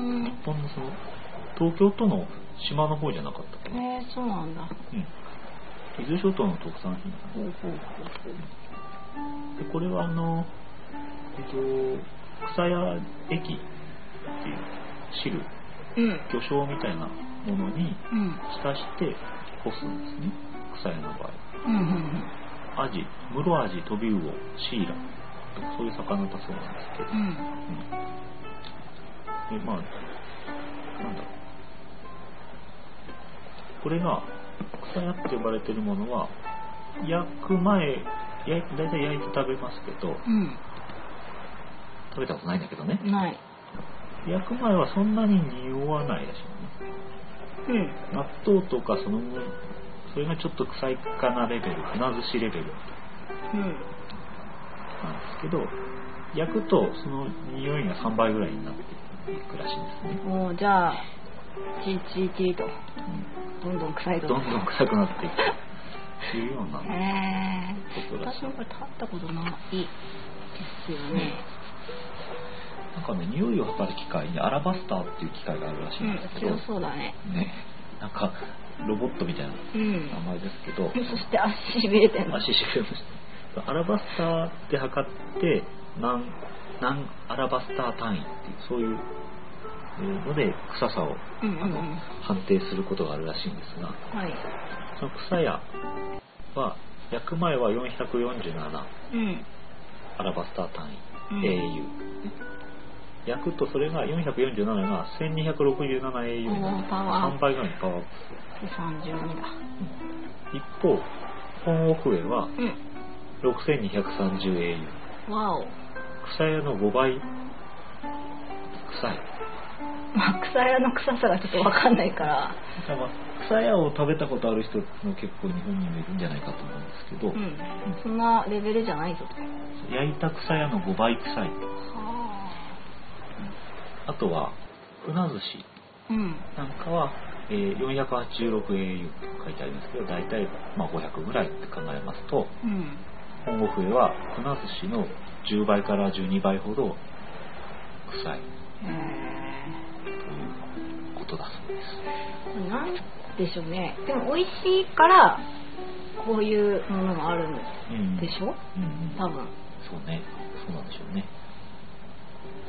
Speaker 2: ん
Speaker 1: 日本のその東京都の島の方じゃなかったっけな、
Speaker 2: へえそうなんだ
Speaker 1: うん、伊豆諸島の特産品
Speaker 2: ほうほうほう
Speaker 1: でこれはあの、えっと、草屋駅っていう汁
Speaker 2: ほううん
Speaker 1: 魚醤みたいなものに
Speaker 2: うん
Speaker 1: 浸して干すんですね草屋の場
Speaker 2: うんうんうん
Speaker 1: 合アジムロアジトビウオシイラとかそういう魚だそうなんですけど
Speaker 2: う、ん
Speaker 1: うんでまあなんだろうこれが草屋って呼ばれてるものは焼く前焼い大体焼いて食べますけど
Speaker 2: う
Speaker 1: 食べたことないんだけどね
Speaker 2: んない
Speaker 1: 焼く前はそんなに匂わないらしいね
Speaker 2: うん
Speaker 1: 納豆とかそのぐらいそれがちょっと臭いかなレベル船寿司レベル
Speaker 2: うん
Speaker 1: なんですけど焼くとその匂いが3倍ぐらいになっていくらしいんですね、
Speaker 2: もうじゃあチーチーチーとどんどん臭い
Speaker 1: うん
Speaker 2: と
Speaker 1: どんどん臭くなっていくというような
Speaker 2: へえ
Speaker 1: ことらし
Speaker 2: 私
Speaker 1: い
Speaker 2: もこれ立ったことないですよね
Speaker 1: なんかね匂いを測る機械にアラバスターっていう機械があるらし
Speaker 2: う
Speaker 1: いん
Speaker 2: ん
Speaker 1: ですけど、
Speaker 2: 強そうだね
Speaker 1: ねなんかロボットみたいな
Speaker 2: うん
Speaker 1: 名前ですけど、
Speaker 2: そして足しびれてんの
Speaker 1: 足しびれましたアラバスターで測って何何アラバスター単位っていうそういうえーので臭さを
Speaker 2: うんうんう
Speaker 1: あの
Speaker 2: ん
Speaker 1: 判定することがあるらしいんですが
Speaker 2: はい
Speaker 1: その草屋は焼く前は447
Speaker 2: うん
Speaker 1: アラバスター単位、
Speaker 2: うん
Speaker 1: AU ね焼くとそれが447が 1267AU になる
Speaker 2: おーパワー
Speaker 1: 3倍ぐらいにパワーアップ
Speaker 2: で32だ
Speaker 1: する一方コンオフエは
Speaker 2: う
Speaker 1: 6230AU
Speaker 2: んわお
Speaker 1: 草屋の5倍臭い
Speaker 2: まあ草屋の臭さがちょっとわかんないから
Speaker 1: だから草屋を食べたことある人も結構日本にもいるんじゃないかと思うんですけど、
Speaker 2: うんそんなレベルじゃないぞと
Speaker 1: 焼いた草屋の5倍臭い
Speaker 2: はあ
Speaker 1: あとは船寿司
Speaker 2: うん
Speaker 1: なんかは、えー 486au と書いてありますけど大体、まあ、500ぐらいって考えますと
Speaker 2: うん
Speaker 1: 本郷笛は船寿司の10倍から12倍ほど臭い
Speaker 2: えー
Speaker 1: ということだそうです
Speaker 2: なんでしょうねでも美味しいからこういうものもあるん
Speaker 1: うん
Speaker 2: でしょ
Speaker 1: うんうん、
Speaker 2: 多分
Speaker 1: そうねそうなんでしょうね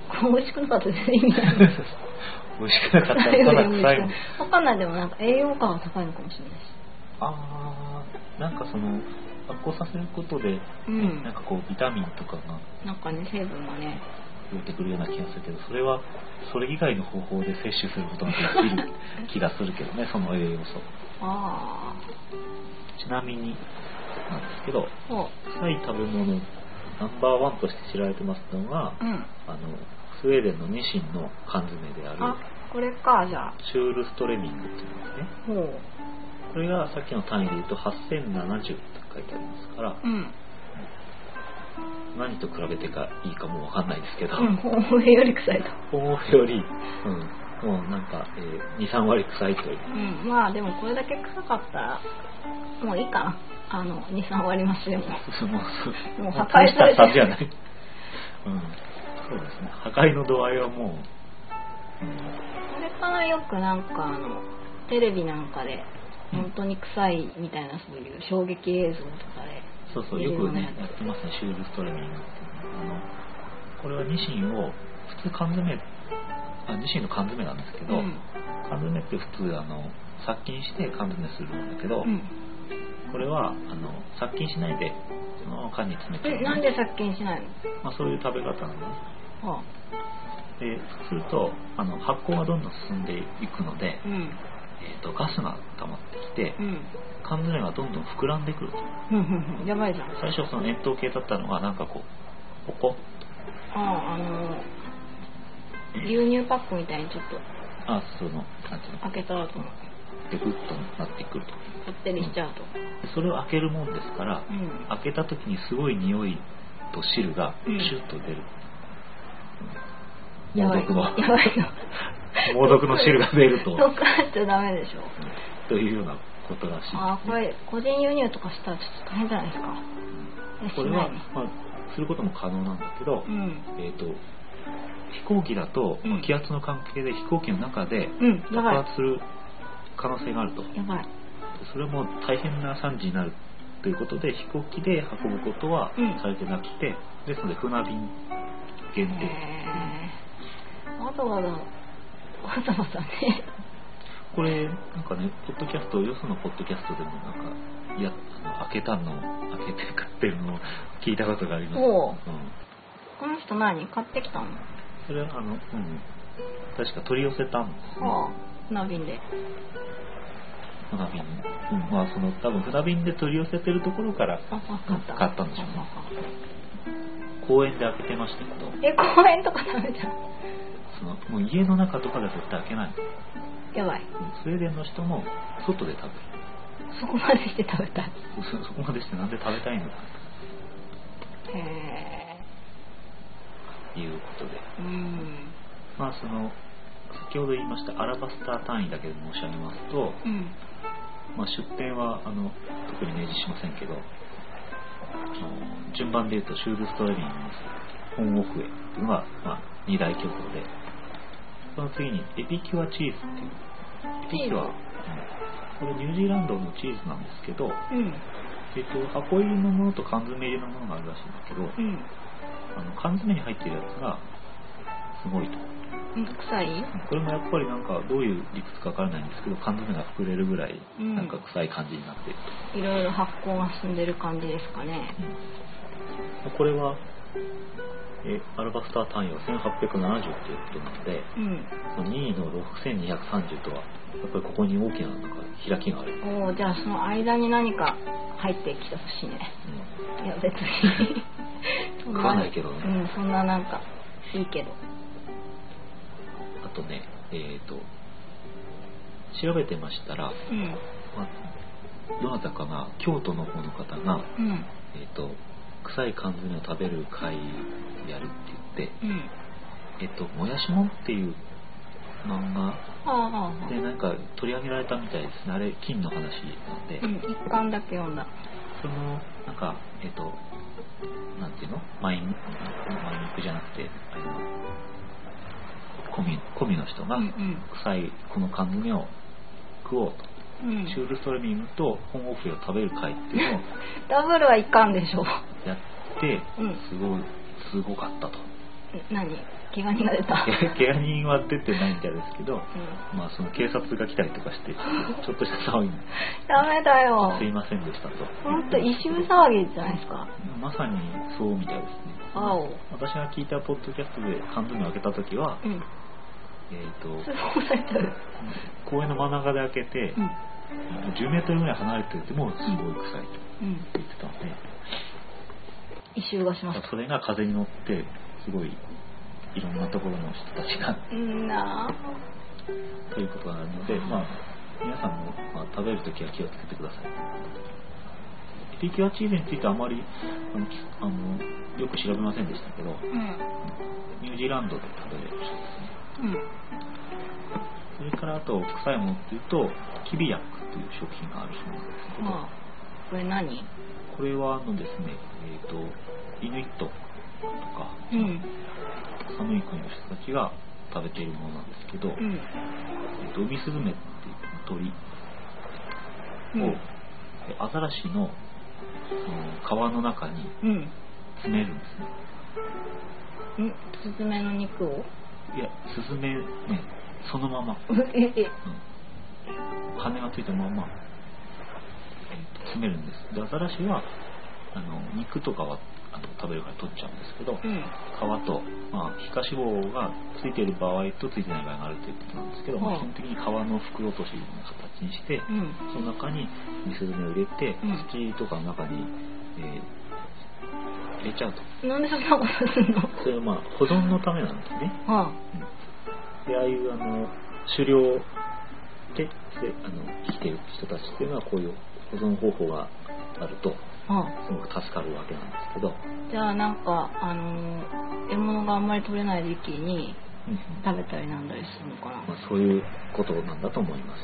Speaker 2: これ美味しくなかったですね意味ない
Speaker 1: 美味しくなかったらただ臭いもん
Speaker 2: 分かんないでもなんか栄養価が高いのかもしれないし
Speaker 1: あーなんかその発酵させることで、ね
Speaker 2: うん
Speaker 1: なんかこうビタミンとかが
Speaker 2: なんかね成分がね
Speaker 1: 増えてくるような気がするけどそれはそれ以外の方法で摂取することができる気がするけどねその栄養素
Speaker 2: あ
Speaker 1: ちなみになんですけど
Speaker 2: あそ
Speaker 1: 臭い食べ物ナンバーワンとして知られてますのが
Speaker 2: ううん
Speaker 1: あのスウェーデンのニシンの缶詰である
Speaker 2: あこれかじゃあ
Speaker 1: シュールストレミングっていうのですね
Speaker 2: ほう
Speaker 1: これがさっきの単位で言うと8070って書いてありますから
Speaker 2: うん、
Speaker 1: 何と比べてかいいかもわかんないですけど、
Speaker 2: うん、ほうより臭いと
Speaker 1: ホームより、うん、もうなんか、えー、23割臭いという
Speaker 2: うんまあでもこれだけ臭かったらもういいかなあの23割増しでも
Speaker 1: もう、
Speaker 2: もう破壊されて
Speaker 1: る。じゃない。うん。そうですね破壊の度合いはも
Speaker 2: う、うん、あれからよくなんかあのテレビなんかで本当に臭いみたいなそういう衝撃映像とかで、
Speaker 1: そうそうよくねやってますねシューズストレミングっていうのはこれはニシンを普通缶詰あニシンの缶詰なんですけど、うん、缶詰って普通あの殺菌して缶詰するんだけど、うん、これはあの殺菌しないでその缶に詰めて
Speaker 2: えなんで殺菌しないの、
Speaker 1: まあ、そういう食べ方なんです、はあ、でそうするとあの発酵がどんどん進んでいくので、うんえーと、とガスが溜まってきて、うん、缶詰がどんどん膨らんでくると
Speaker 2: やばいじゃん
Speaker 1: 最初その熱湯系だったのがなんかこうここ
Speaker 2: あああの牛乳パックみたいにちょっと
Speaker 1: あそのなんていうの
Speaker 2: 開けたらと
Speaker 1: でグッとなってくると
Speaker 2: こってりしちゃうと、
Speaker 1: うん、それを開けるもんですから、うん、開けた時にすごい匂いと汁がシュッと出る、
Speaker 2: うん、猛毒のやばい よ
Speaker 1: 猛毒の汁が出る と
Speaker 2: 溶かしちゃダメでしょ
Speaker 1: というようなことらしい、ね、
Speaker 2: あこれ個人輸入とかしたらちょっと大変じゃないですか、
Speaker 1: これは、まあ、することも可能なんだけど、えっ、ー、と飛行機だと、気圧の関係で飛行機の中で爆発する可能性があると、
Speaker 2: やばい
Speaker 1: それも大変な惨事になるということで飛行機で運ぶことはされてなくて、うん、ですので船便限定、
Speaker 2: えー、わざわざわざわざね
Speaker 1: これなんかねポッドキャストよそのポッドキャストでもなんかいや開けたの開けて食ってるのを聞いたことがあります、うん、
Speaker 2: この人何買ってきたの
Speaker 1: それはあの、うん、確か取り寄せたんです
Speaker 2: ね、はあ、船便で
Speaker 1: 船便、うん、まあその多分船便で取り寄せてるところから買ったんでしょうね公園で開けてましたけど
Speaker 2: え公園とかダメじゃん
Speaker 1: そのもう家の中とかで絶対開けない
Speaker 2: やばい
Speaker 1: スウェーデンの人も外で食べる
Speaker 2: そこまでして食べたい
Speaker 1: そ そこまでしてなんで食べたいのか
Speaker 2: へえ
Speaker 1: いうことで、うん、まあその先ほど言いましたアラバスター単位だけで申し上げますと、うん、まあ、出店はあの特に明示しませんけど順番で言うとシュールストレミング本オフエというのが、まあ、2大巨頭でその次にエピキュアチーズっていうエピキュア、うん、これニュージーランドのチーズなんですけど、うん、えっと、箱入りのものと缶詰入りのものがあるらしいんだけど、あの缶詰に入ってるやつがすごいと。
Speaker 2: 臭い
Speaker 1: これもやっぱりなんかどういう理屈かわからないんですけど缶詰が膨れるぐらいなんか臭い感じになってる
Speaker 2: と、うん、いろいろ発酵が進んでる感じですかね、
Speaker 1: うん、これはえアルバスター単位は1870っていうことなので、うん、2位の6230とはやっぱりここに大きななんか開きがある
Speaker 2: おおじゃあその間に何か入ってきてほしいね、うん、いや別に、
Speaker 1: 食わないけどね、うん
Speaker 2: そんななんかいいけど
Speaker 1: あとねえっ、ー、と調べてましたら、うんまあ、どなたかが京都の方の方が、うん、えっ、ー、と臭い缶詰を食べる会やるって言って、うん、えっ、ー、と「もやしもん」っていう漫画でなんか取り上げられたみたいですねあれ金の話なんで、
Speaker 2: うん、1巻だけ読んだ
Speaker 1: そのなんかえっ、となんていうのマイミクじゃなくてあのコミコミの人が臭いこの缶詰を食おうと、うん、シュールストレミングと本オフィを食べる会っていうのを
Speaker 2: ダブルはいかんでしょ
Speaker 1: やってすごいすごかったと、
Speaker 2: うん、何怪我人が出た
Speaker 1: 怪我人は出てないみたいですけど、うん、まあその警察が来たりとかしてちょっとした騒ぎ
Speaker 2: ダメだよ
Speaker 1: すいませんでしたと
Speaker 2: 本当異臭騒ぎじゃないですか
Speaker 1: まさにそうみたいですね私が聞いたポッドキャストで缶詰を開けた時は、うん、えっ、ー、と公園の真ん中で開けて、うん、10メートルぐらい離れててもすごい臭いと言ってたので、
Speaker 2: 異臭がしまし
Speaker 1: それが風に乗ってすごいいろんなところの人たちが。ということなので、まあ、皆さんも、まあ、食べるときは気をつけてください。エピキュアチーズについてあまりあのよく調べませんでしたけど、うん、ニュージーランドで食べれるそうですね、うん、それからあと臭いものっていうとキビヤックという食品があるそうなんですけど、ま
Speaker 2: あ、これ何
Speaker 1: これはあのですねえっ、ー、とイヌイットとか、うん寒い国の人たちが食べているものなんですけど、
Speaker 2: うん
Speaker 1: えっと、ウミスズメっていう鳥を、
Speaker 2: うん
Speaker 1: えアザラシのその皮の中に
Speaker 2: うん
Speaker 1: 詰めるんですね
Speaker 2: んスズメの肉を
Speaker 1: いやスズメねそのまま、
Speaker 2: ええ
Speaker 1: うん、羽がついたまま、えっと詰めるんですでアザラシはあの肉とかはあの食べるから取っちゃうんですけど、
Speaker 2: うん
Speaker 1: 皮と、まあ、皮下脂肪がついている場合とついてない場合があるということなんですけど、まあ
Speaker 2: はい
Speaker 1: 基本的に皮の袋としの形にして、
Speaker 2: うん
Speaker 1: その中にミスズメを入れて、
Speaker 2: うん
Speaker 1: 土とかの中に、えー入れちゃうと
Speaker 2: なんでそんなことすんの
Speaker 1: それはまあ保存のためなんですね、
Speaker 2: は
Speaker 1: うんでああいうあの狩猟でであの生きている人たちっていうのはこういう保存方法があると
Speaker 2: あはあ
Speaker 1: すごく助かるわけなんですけど、
Speaker 2: じゃあなんかあのー獲物があんまり取れない時期に
Speaker 1: うん
Speaker 2: 食べたりなんだりするのかな
Speaker 1: まあ、そういうことなんだと思います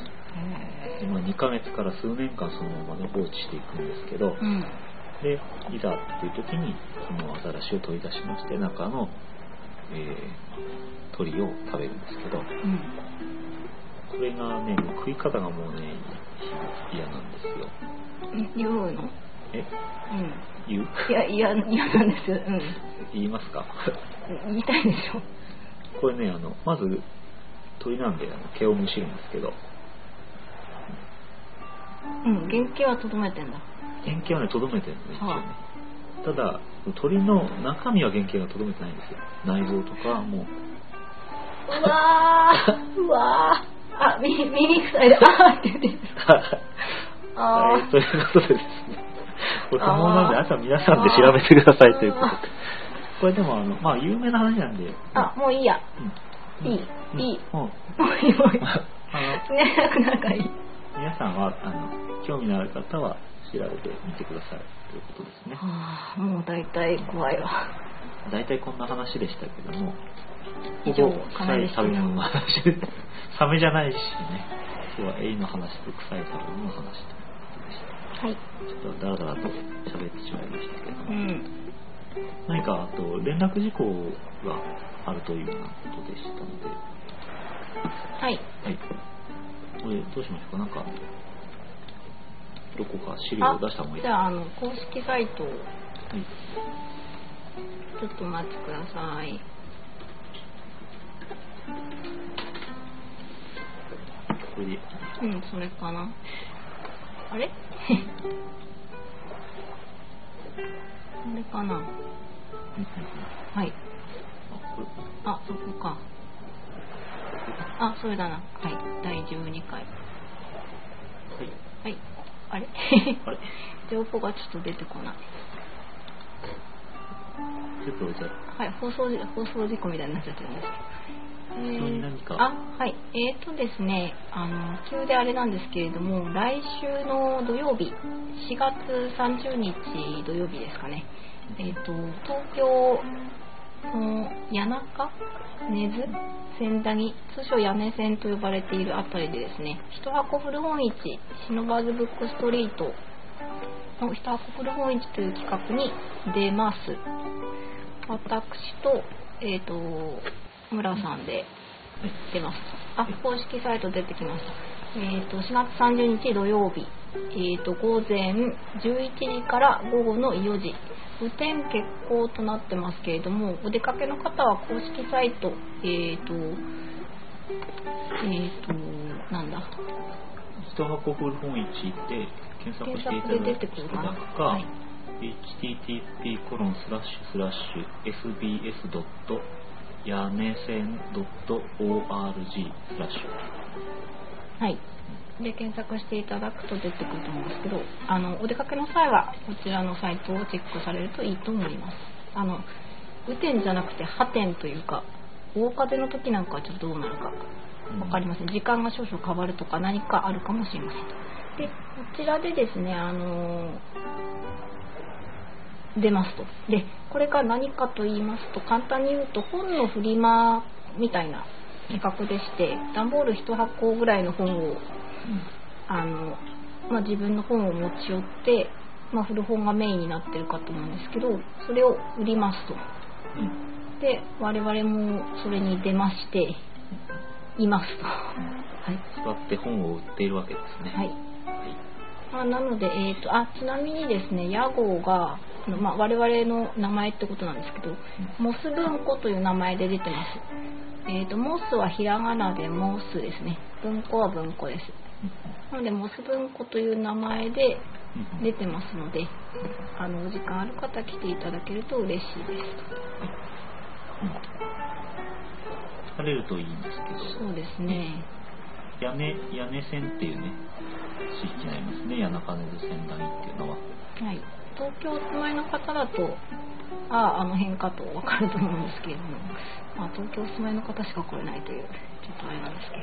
Speaker 1: で
Speaker 2: へ
Speaker 1: まあ、2ヶ月から数年間そのまま、ね、放置していくんですけど、
Speaker 2: えうん
Speaker 1: でいざっていう時にそのアザラシを取り出しまして中の、えー鳥を食べるんですけど
Speaker 2: うん
Speaker 1: これがねもう食い方がもうね嫌なんですよ
Speaker 2: ん酔うの
Speaker 1: え
Speaker 2: うん
Speaker 1: 言う
Speaker 2: いやいや嫌なんですうん
Speaker 1: 言いますか
Speaker 2: 言いたいでしょ
Speaker 1: これねあのまず鳥なんであの毛をむしるんですけど
Speaker 2: うん原型はとどめてんだ
Speaker 1: 原型はねとどめてるんですよ
Speaker 2: は
Speaker 1: ねただ鳥の中身は原型がとどめてないんですよ内臓とかもう
Speaker 2: うわーうわーあみ耳臭いであーって言ってあ
Speaker 1: は
Speaker 2: ー
Speaker 1: い、ということで ですね、これ可能なんで、朝皆さんで調べてくださいということで
Speaker 2: あー、
Speaker 1: これでもあの、まあ、有名な話なんで、
Speaker 2: あもういいや
Speaker 1: うん
Speaker 2: いい
Speaker 1: うん
Speaker 2: いい
Speaker 1: うん
Speaker 2: もういいもういい
Speaker 1: あの
Speaker 2: ねなんか仲 いい
Speaker 1: 皆さんはあの興味のある方は調べてみてくださいということですね。
Speaker 2: あーもう大体怖いわ
Speaker 1: 大体こんな話でしたけども、
Speaker 2: 以上
Speaker 1: ほぼ
Speaker 2: かな
Speaker 1: 臭
Speaker 2: り
Speaker 1: い食べ物の話で、サメじゃないしね、今日はエイの話と臭い食べ物の話ということでした。
Speaker 2: はい
Speaker 1: ちょっとダラダラと喋ってしまいましたけども。
Speaker 2: うん
Speaker 1: 何かあと連絡事項があるというようなことでしたので、は
Speaker 2: はい
Speaker 1: い、これどうしましょうか、なんか、どこか資料を出した方がいいです
Speaker 2: じ
Speaker 1: か、
Speaker 2: ゃああの公式サイトを
Speaker 1: はい
Speaker 2: ちょっとお待ちください
Speaker 1: これで、
Speaker 2: うんそれかなあれ これかな
Speaker 1: うんうんうん
Speaker 2: はい
Speaker 1: あこれ
Speaker 2: あそこかあそれだなはい第12回
Speaker 1: はい、
Speaker 2: はいあれ
Speaker 1: あれ、
Speaker 2: 情報がちょっと出てこない
Speaker 1: ちょっとじゃあ、
Speaker 2: はい放送事放送事故みたいになっちゃってるんですけどえー
Speaker 1: 質問に何か
Speaker 2: あはいえー、とですねあの急であれなんですけれども来週の土曜日4月30日土曜日ですかねえー、と東京の谷中根津千駄木通称屋根線と呼ばれているあたりでですね一箱古本市不忍ずブックストリートの一箱古本市という企画に出ます私と,、えー、と村さんで出ますあ公式サイト出てきましたえー、と4月30日土曜日、えー、と午前11時から午後の4時雨天決行となってますけれどもお出かけの方は公式サイトえー、とえー、となんだ
Speaker 1: 一箱古本市で検索していただ
Speaker 2: 検索で出てくるかな
Speaker 1: くか、
Speaker 2: はい
Speaker 1: http コロンスラッシュスラッシュ sbs. ドットやねせん .org スラッシュ
Speaker 2: はいで検索していただくと出てくると思うんですけどあのお出かけの際はこちらのサイトをチェックされるといいと思いますあの雨天じゃなくて破天というか大風の時なんかはちょっとどうなるかわかりません。時間が少々変わるとか何かあるかもしれません。で、こちらでですね、あのー出ますと。で、これが何かと言いますと、簡単に言うと本のフリマみたいな企画でして、段ボール1箱ぐらいの本をあの、まあ、自分の本を持ち寄って、まあ、古本がメインになってるかと思うんですけどそれを売りますと
Speaker 1: うん
Speaker 2: で我々もそれに出ましていますと、
Speaker 1: はい、座って本を売っているわけですね
Speaker 2: はい、まあ、なので、えーと、とあちなみにですね屋号が、まあ、我々の名前ってことなんですけど、モス文庫という名前で出てますえーと、とモスはひらがなでモスですね文庫は文庫ですなのでモス文庫という名前で出てますのであのお時間ある方来ていただけると嬉しいです
Speaker 1: と、うん、れるといいんです
Speaker 2: けどそうですね
Speaker 1: 屋根屋根線っていうね地域になりますね谷中根津線台っていうのは
Speaker 2: はい東京お住まいの方だとあああの辺かと分かると思うんですけれども、まあ、東京お住まいの方しか来れないというちょっとあれなんです
Speaker 1: けど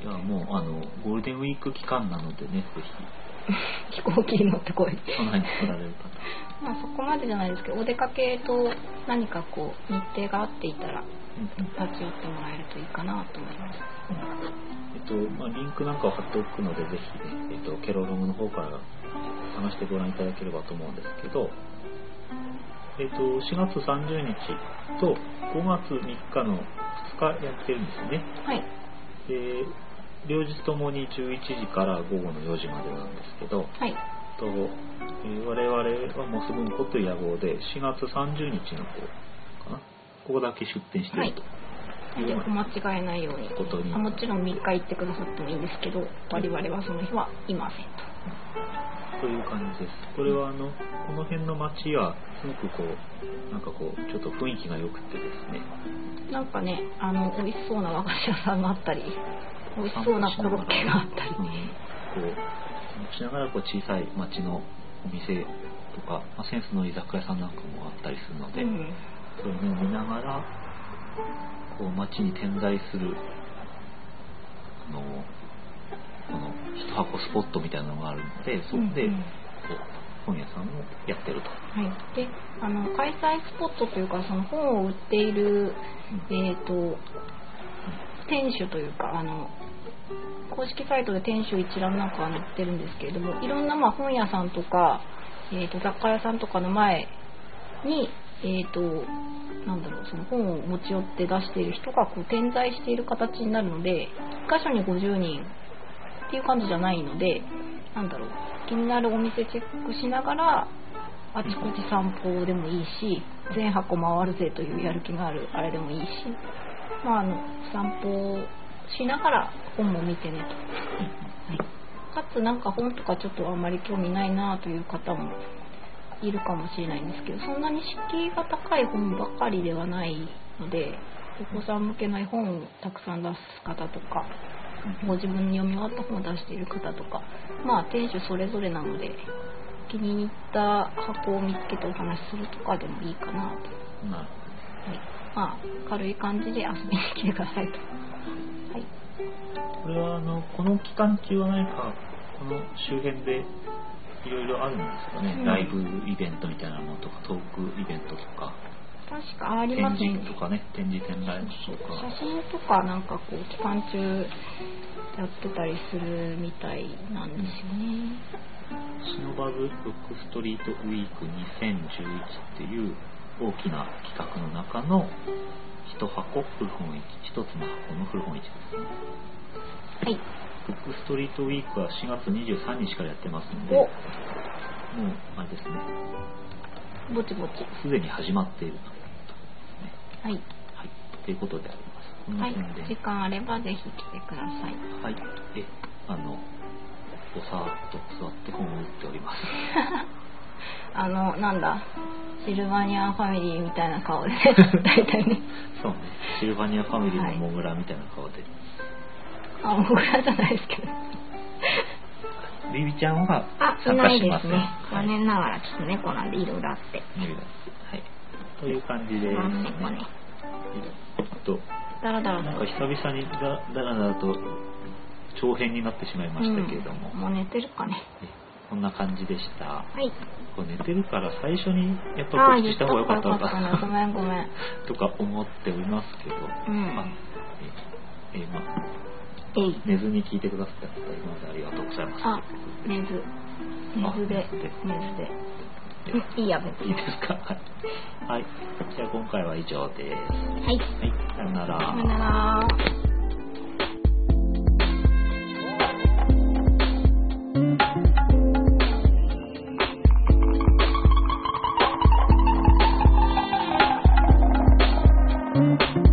Speaker 1: いやもうあのゴールデンウィーク期間なのでねぜ
Speaker 2: ひ 飛行機に乗ってこい
Speaker 1: 都内に来られる方
Speaker 2: まあそこまでじゃないですけどお出かけと何かこう日程が合っていたら立ち寄ってもらえるといいかなと思います、
Speaker 1: えっとまあ、リンクなんかを貼っておくのでぜひ、ね、えっと、ケロログの方から話してご覧いただければと思うんですけどえーと、と4月30日と5月3日の2日やってるんですね、
Speaker 2: はい
Speaker 1: えー、両日ともに11時から午後の4時までなんですけど、
Speaker 2: はい
Speaker 1: とえー、我々はモス文庫という野号で4月30日の方かなここだけ出店してると。
Speaker 2: はい、お間違えないように
Speaker 1: ことに
Speaker 2: あもちろん3日行ってくださってもいいんですけど我々はその日はいませんと。
Speaker 1: という感じですこれはあのこの辺の街はすごくこうなんかこうちょっと雰囲気が良くてですね
Speaker 2: なんかねあの美味しそうな和菓子屋さんがあったり美味しそうなコロッケがあったり、うん、
Speaker 1: こうしながらこう小さい街のお店とか、まあ、センスの居酒屋さんなんかもあったりするので、うん、そういうのを見ながらこう街に点在するあのこの一箱スポットみたいなのがあるのでそこで、うんうん、本屋さんをやってると。
Speaker 2: はい、であの開催スポットというかその本を売っている、うん、えーと、と店主というかあの公式サイトで店主一覧なんかは載ってるんですけれどもいろんなまあ本屋さんとか、えーと、と雑貨屋さんとかの前に、えーと、となんだろうその本を持ち寄って出している人がこう点在している形になるので1箇所に50人っていう感じじゃないのでなんだろう気になるお店チェックしながらあちこち散歩でもいいし全箱回るぜというやる気があるあれでもいいし、まあ、あの散歩しながら本も見てねと、はい、かつなんか本とかちょっとあんまり興味ないなという方もいるかもしれないんですけどそんなに敷居が高い本ばかりではないのでお子さん向けの絵本をたくさん出す方とかご自分に読み終わった本を出している方とか、まあ、店主それぞれなので気に入った箱を見つけてお話しするとかでもいいかな
Speaker 1: と、なる
Speaker 2: ほどはいまあ、軽い感じで遊びに来てくださいと、はい、
Speaker 1: これはあのこの期間中は何かこの周辺でいろいろあるんですかね、うん、ライブイベントみたいなものとかトークイベントとか
Speaker 2: 確かありますね。
Speaker 1: とかね、展示展覧とか。
Speaker 2: 写真とかなんかこう期間中やってたりするみたいなんですよね。
Speaker 1: シノバズブックストリートウィーク2011っていう大きな企画の中の一箱古本市、一つの箱の古本市ですね。
Speaker 2: はい。
Speaker 1: ブックストリートウィークは4月23日からやってますんで、もうあれですね。
Speaker 2: ぼちぼち。
Speaker 1: すでに始まっていると。
Speaker 2: はい、はい。
Speaker 1: ということであります。
Speaker 2: このはい。時間あればぜひ来てください。
Speaker 1: はい。え、あの、おさーっと座って本を打っております。
Speaker 2: あの、なんだ、シルバニアファミリーみたいな顔で、 大体ね。
Speaker 1: そうね。シルバニアファミリーのモグラみたいな顔で。
Speaker 2: はい、あ、モグラじゃないですけど。
Speaker 1: ビビちゃんは
Speaker 2: 参加しません。あ、いないですね。残念ながらちょっと猫なんでいろいろあって。
Speaker 1: はい。という感じで、ね、
Speaker 2: と、だらだら
Speaker 1: なんか久々にだだらだらと長編になってしまいましたけれども、
Speaker 2: うん、もう寝てるかね。
Speaker 1: こんな感じでした。
Speaker 2: はい。
Speaker 1: こ寝てるから最初にやっぱ告知した方が良かったのか
Speaker 2: な。ごめんごめ ん。
Speaker 1: とか思っておりますけど、
Speaker 2: うん、まあ、
Speaker 1: ええまあ、寝ずに聞いてくださった方今までありがとうございます。
Speaker 2: あ、寝ず。寝ずで。寝ずで。
Speaker 1: で。
Speaker 2: いいや、別
Speaker 1: いいですかはい。じゃあ今回は以上です。
Speaker 2: はい。
Speaker 1: はい、さよなら。
Speaker 2: さよなら。thank you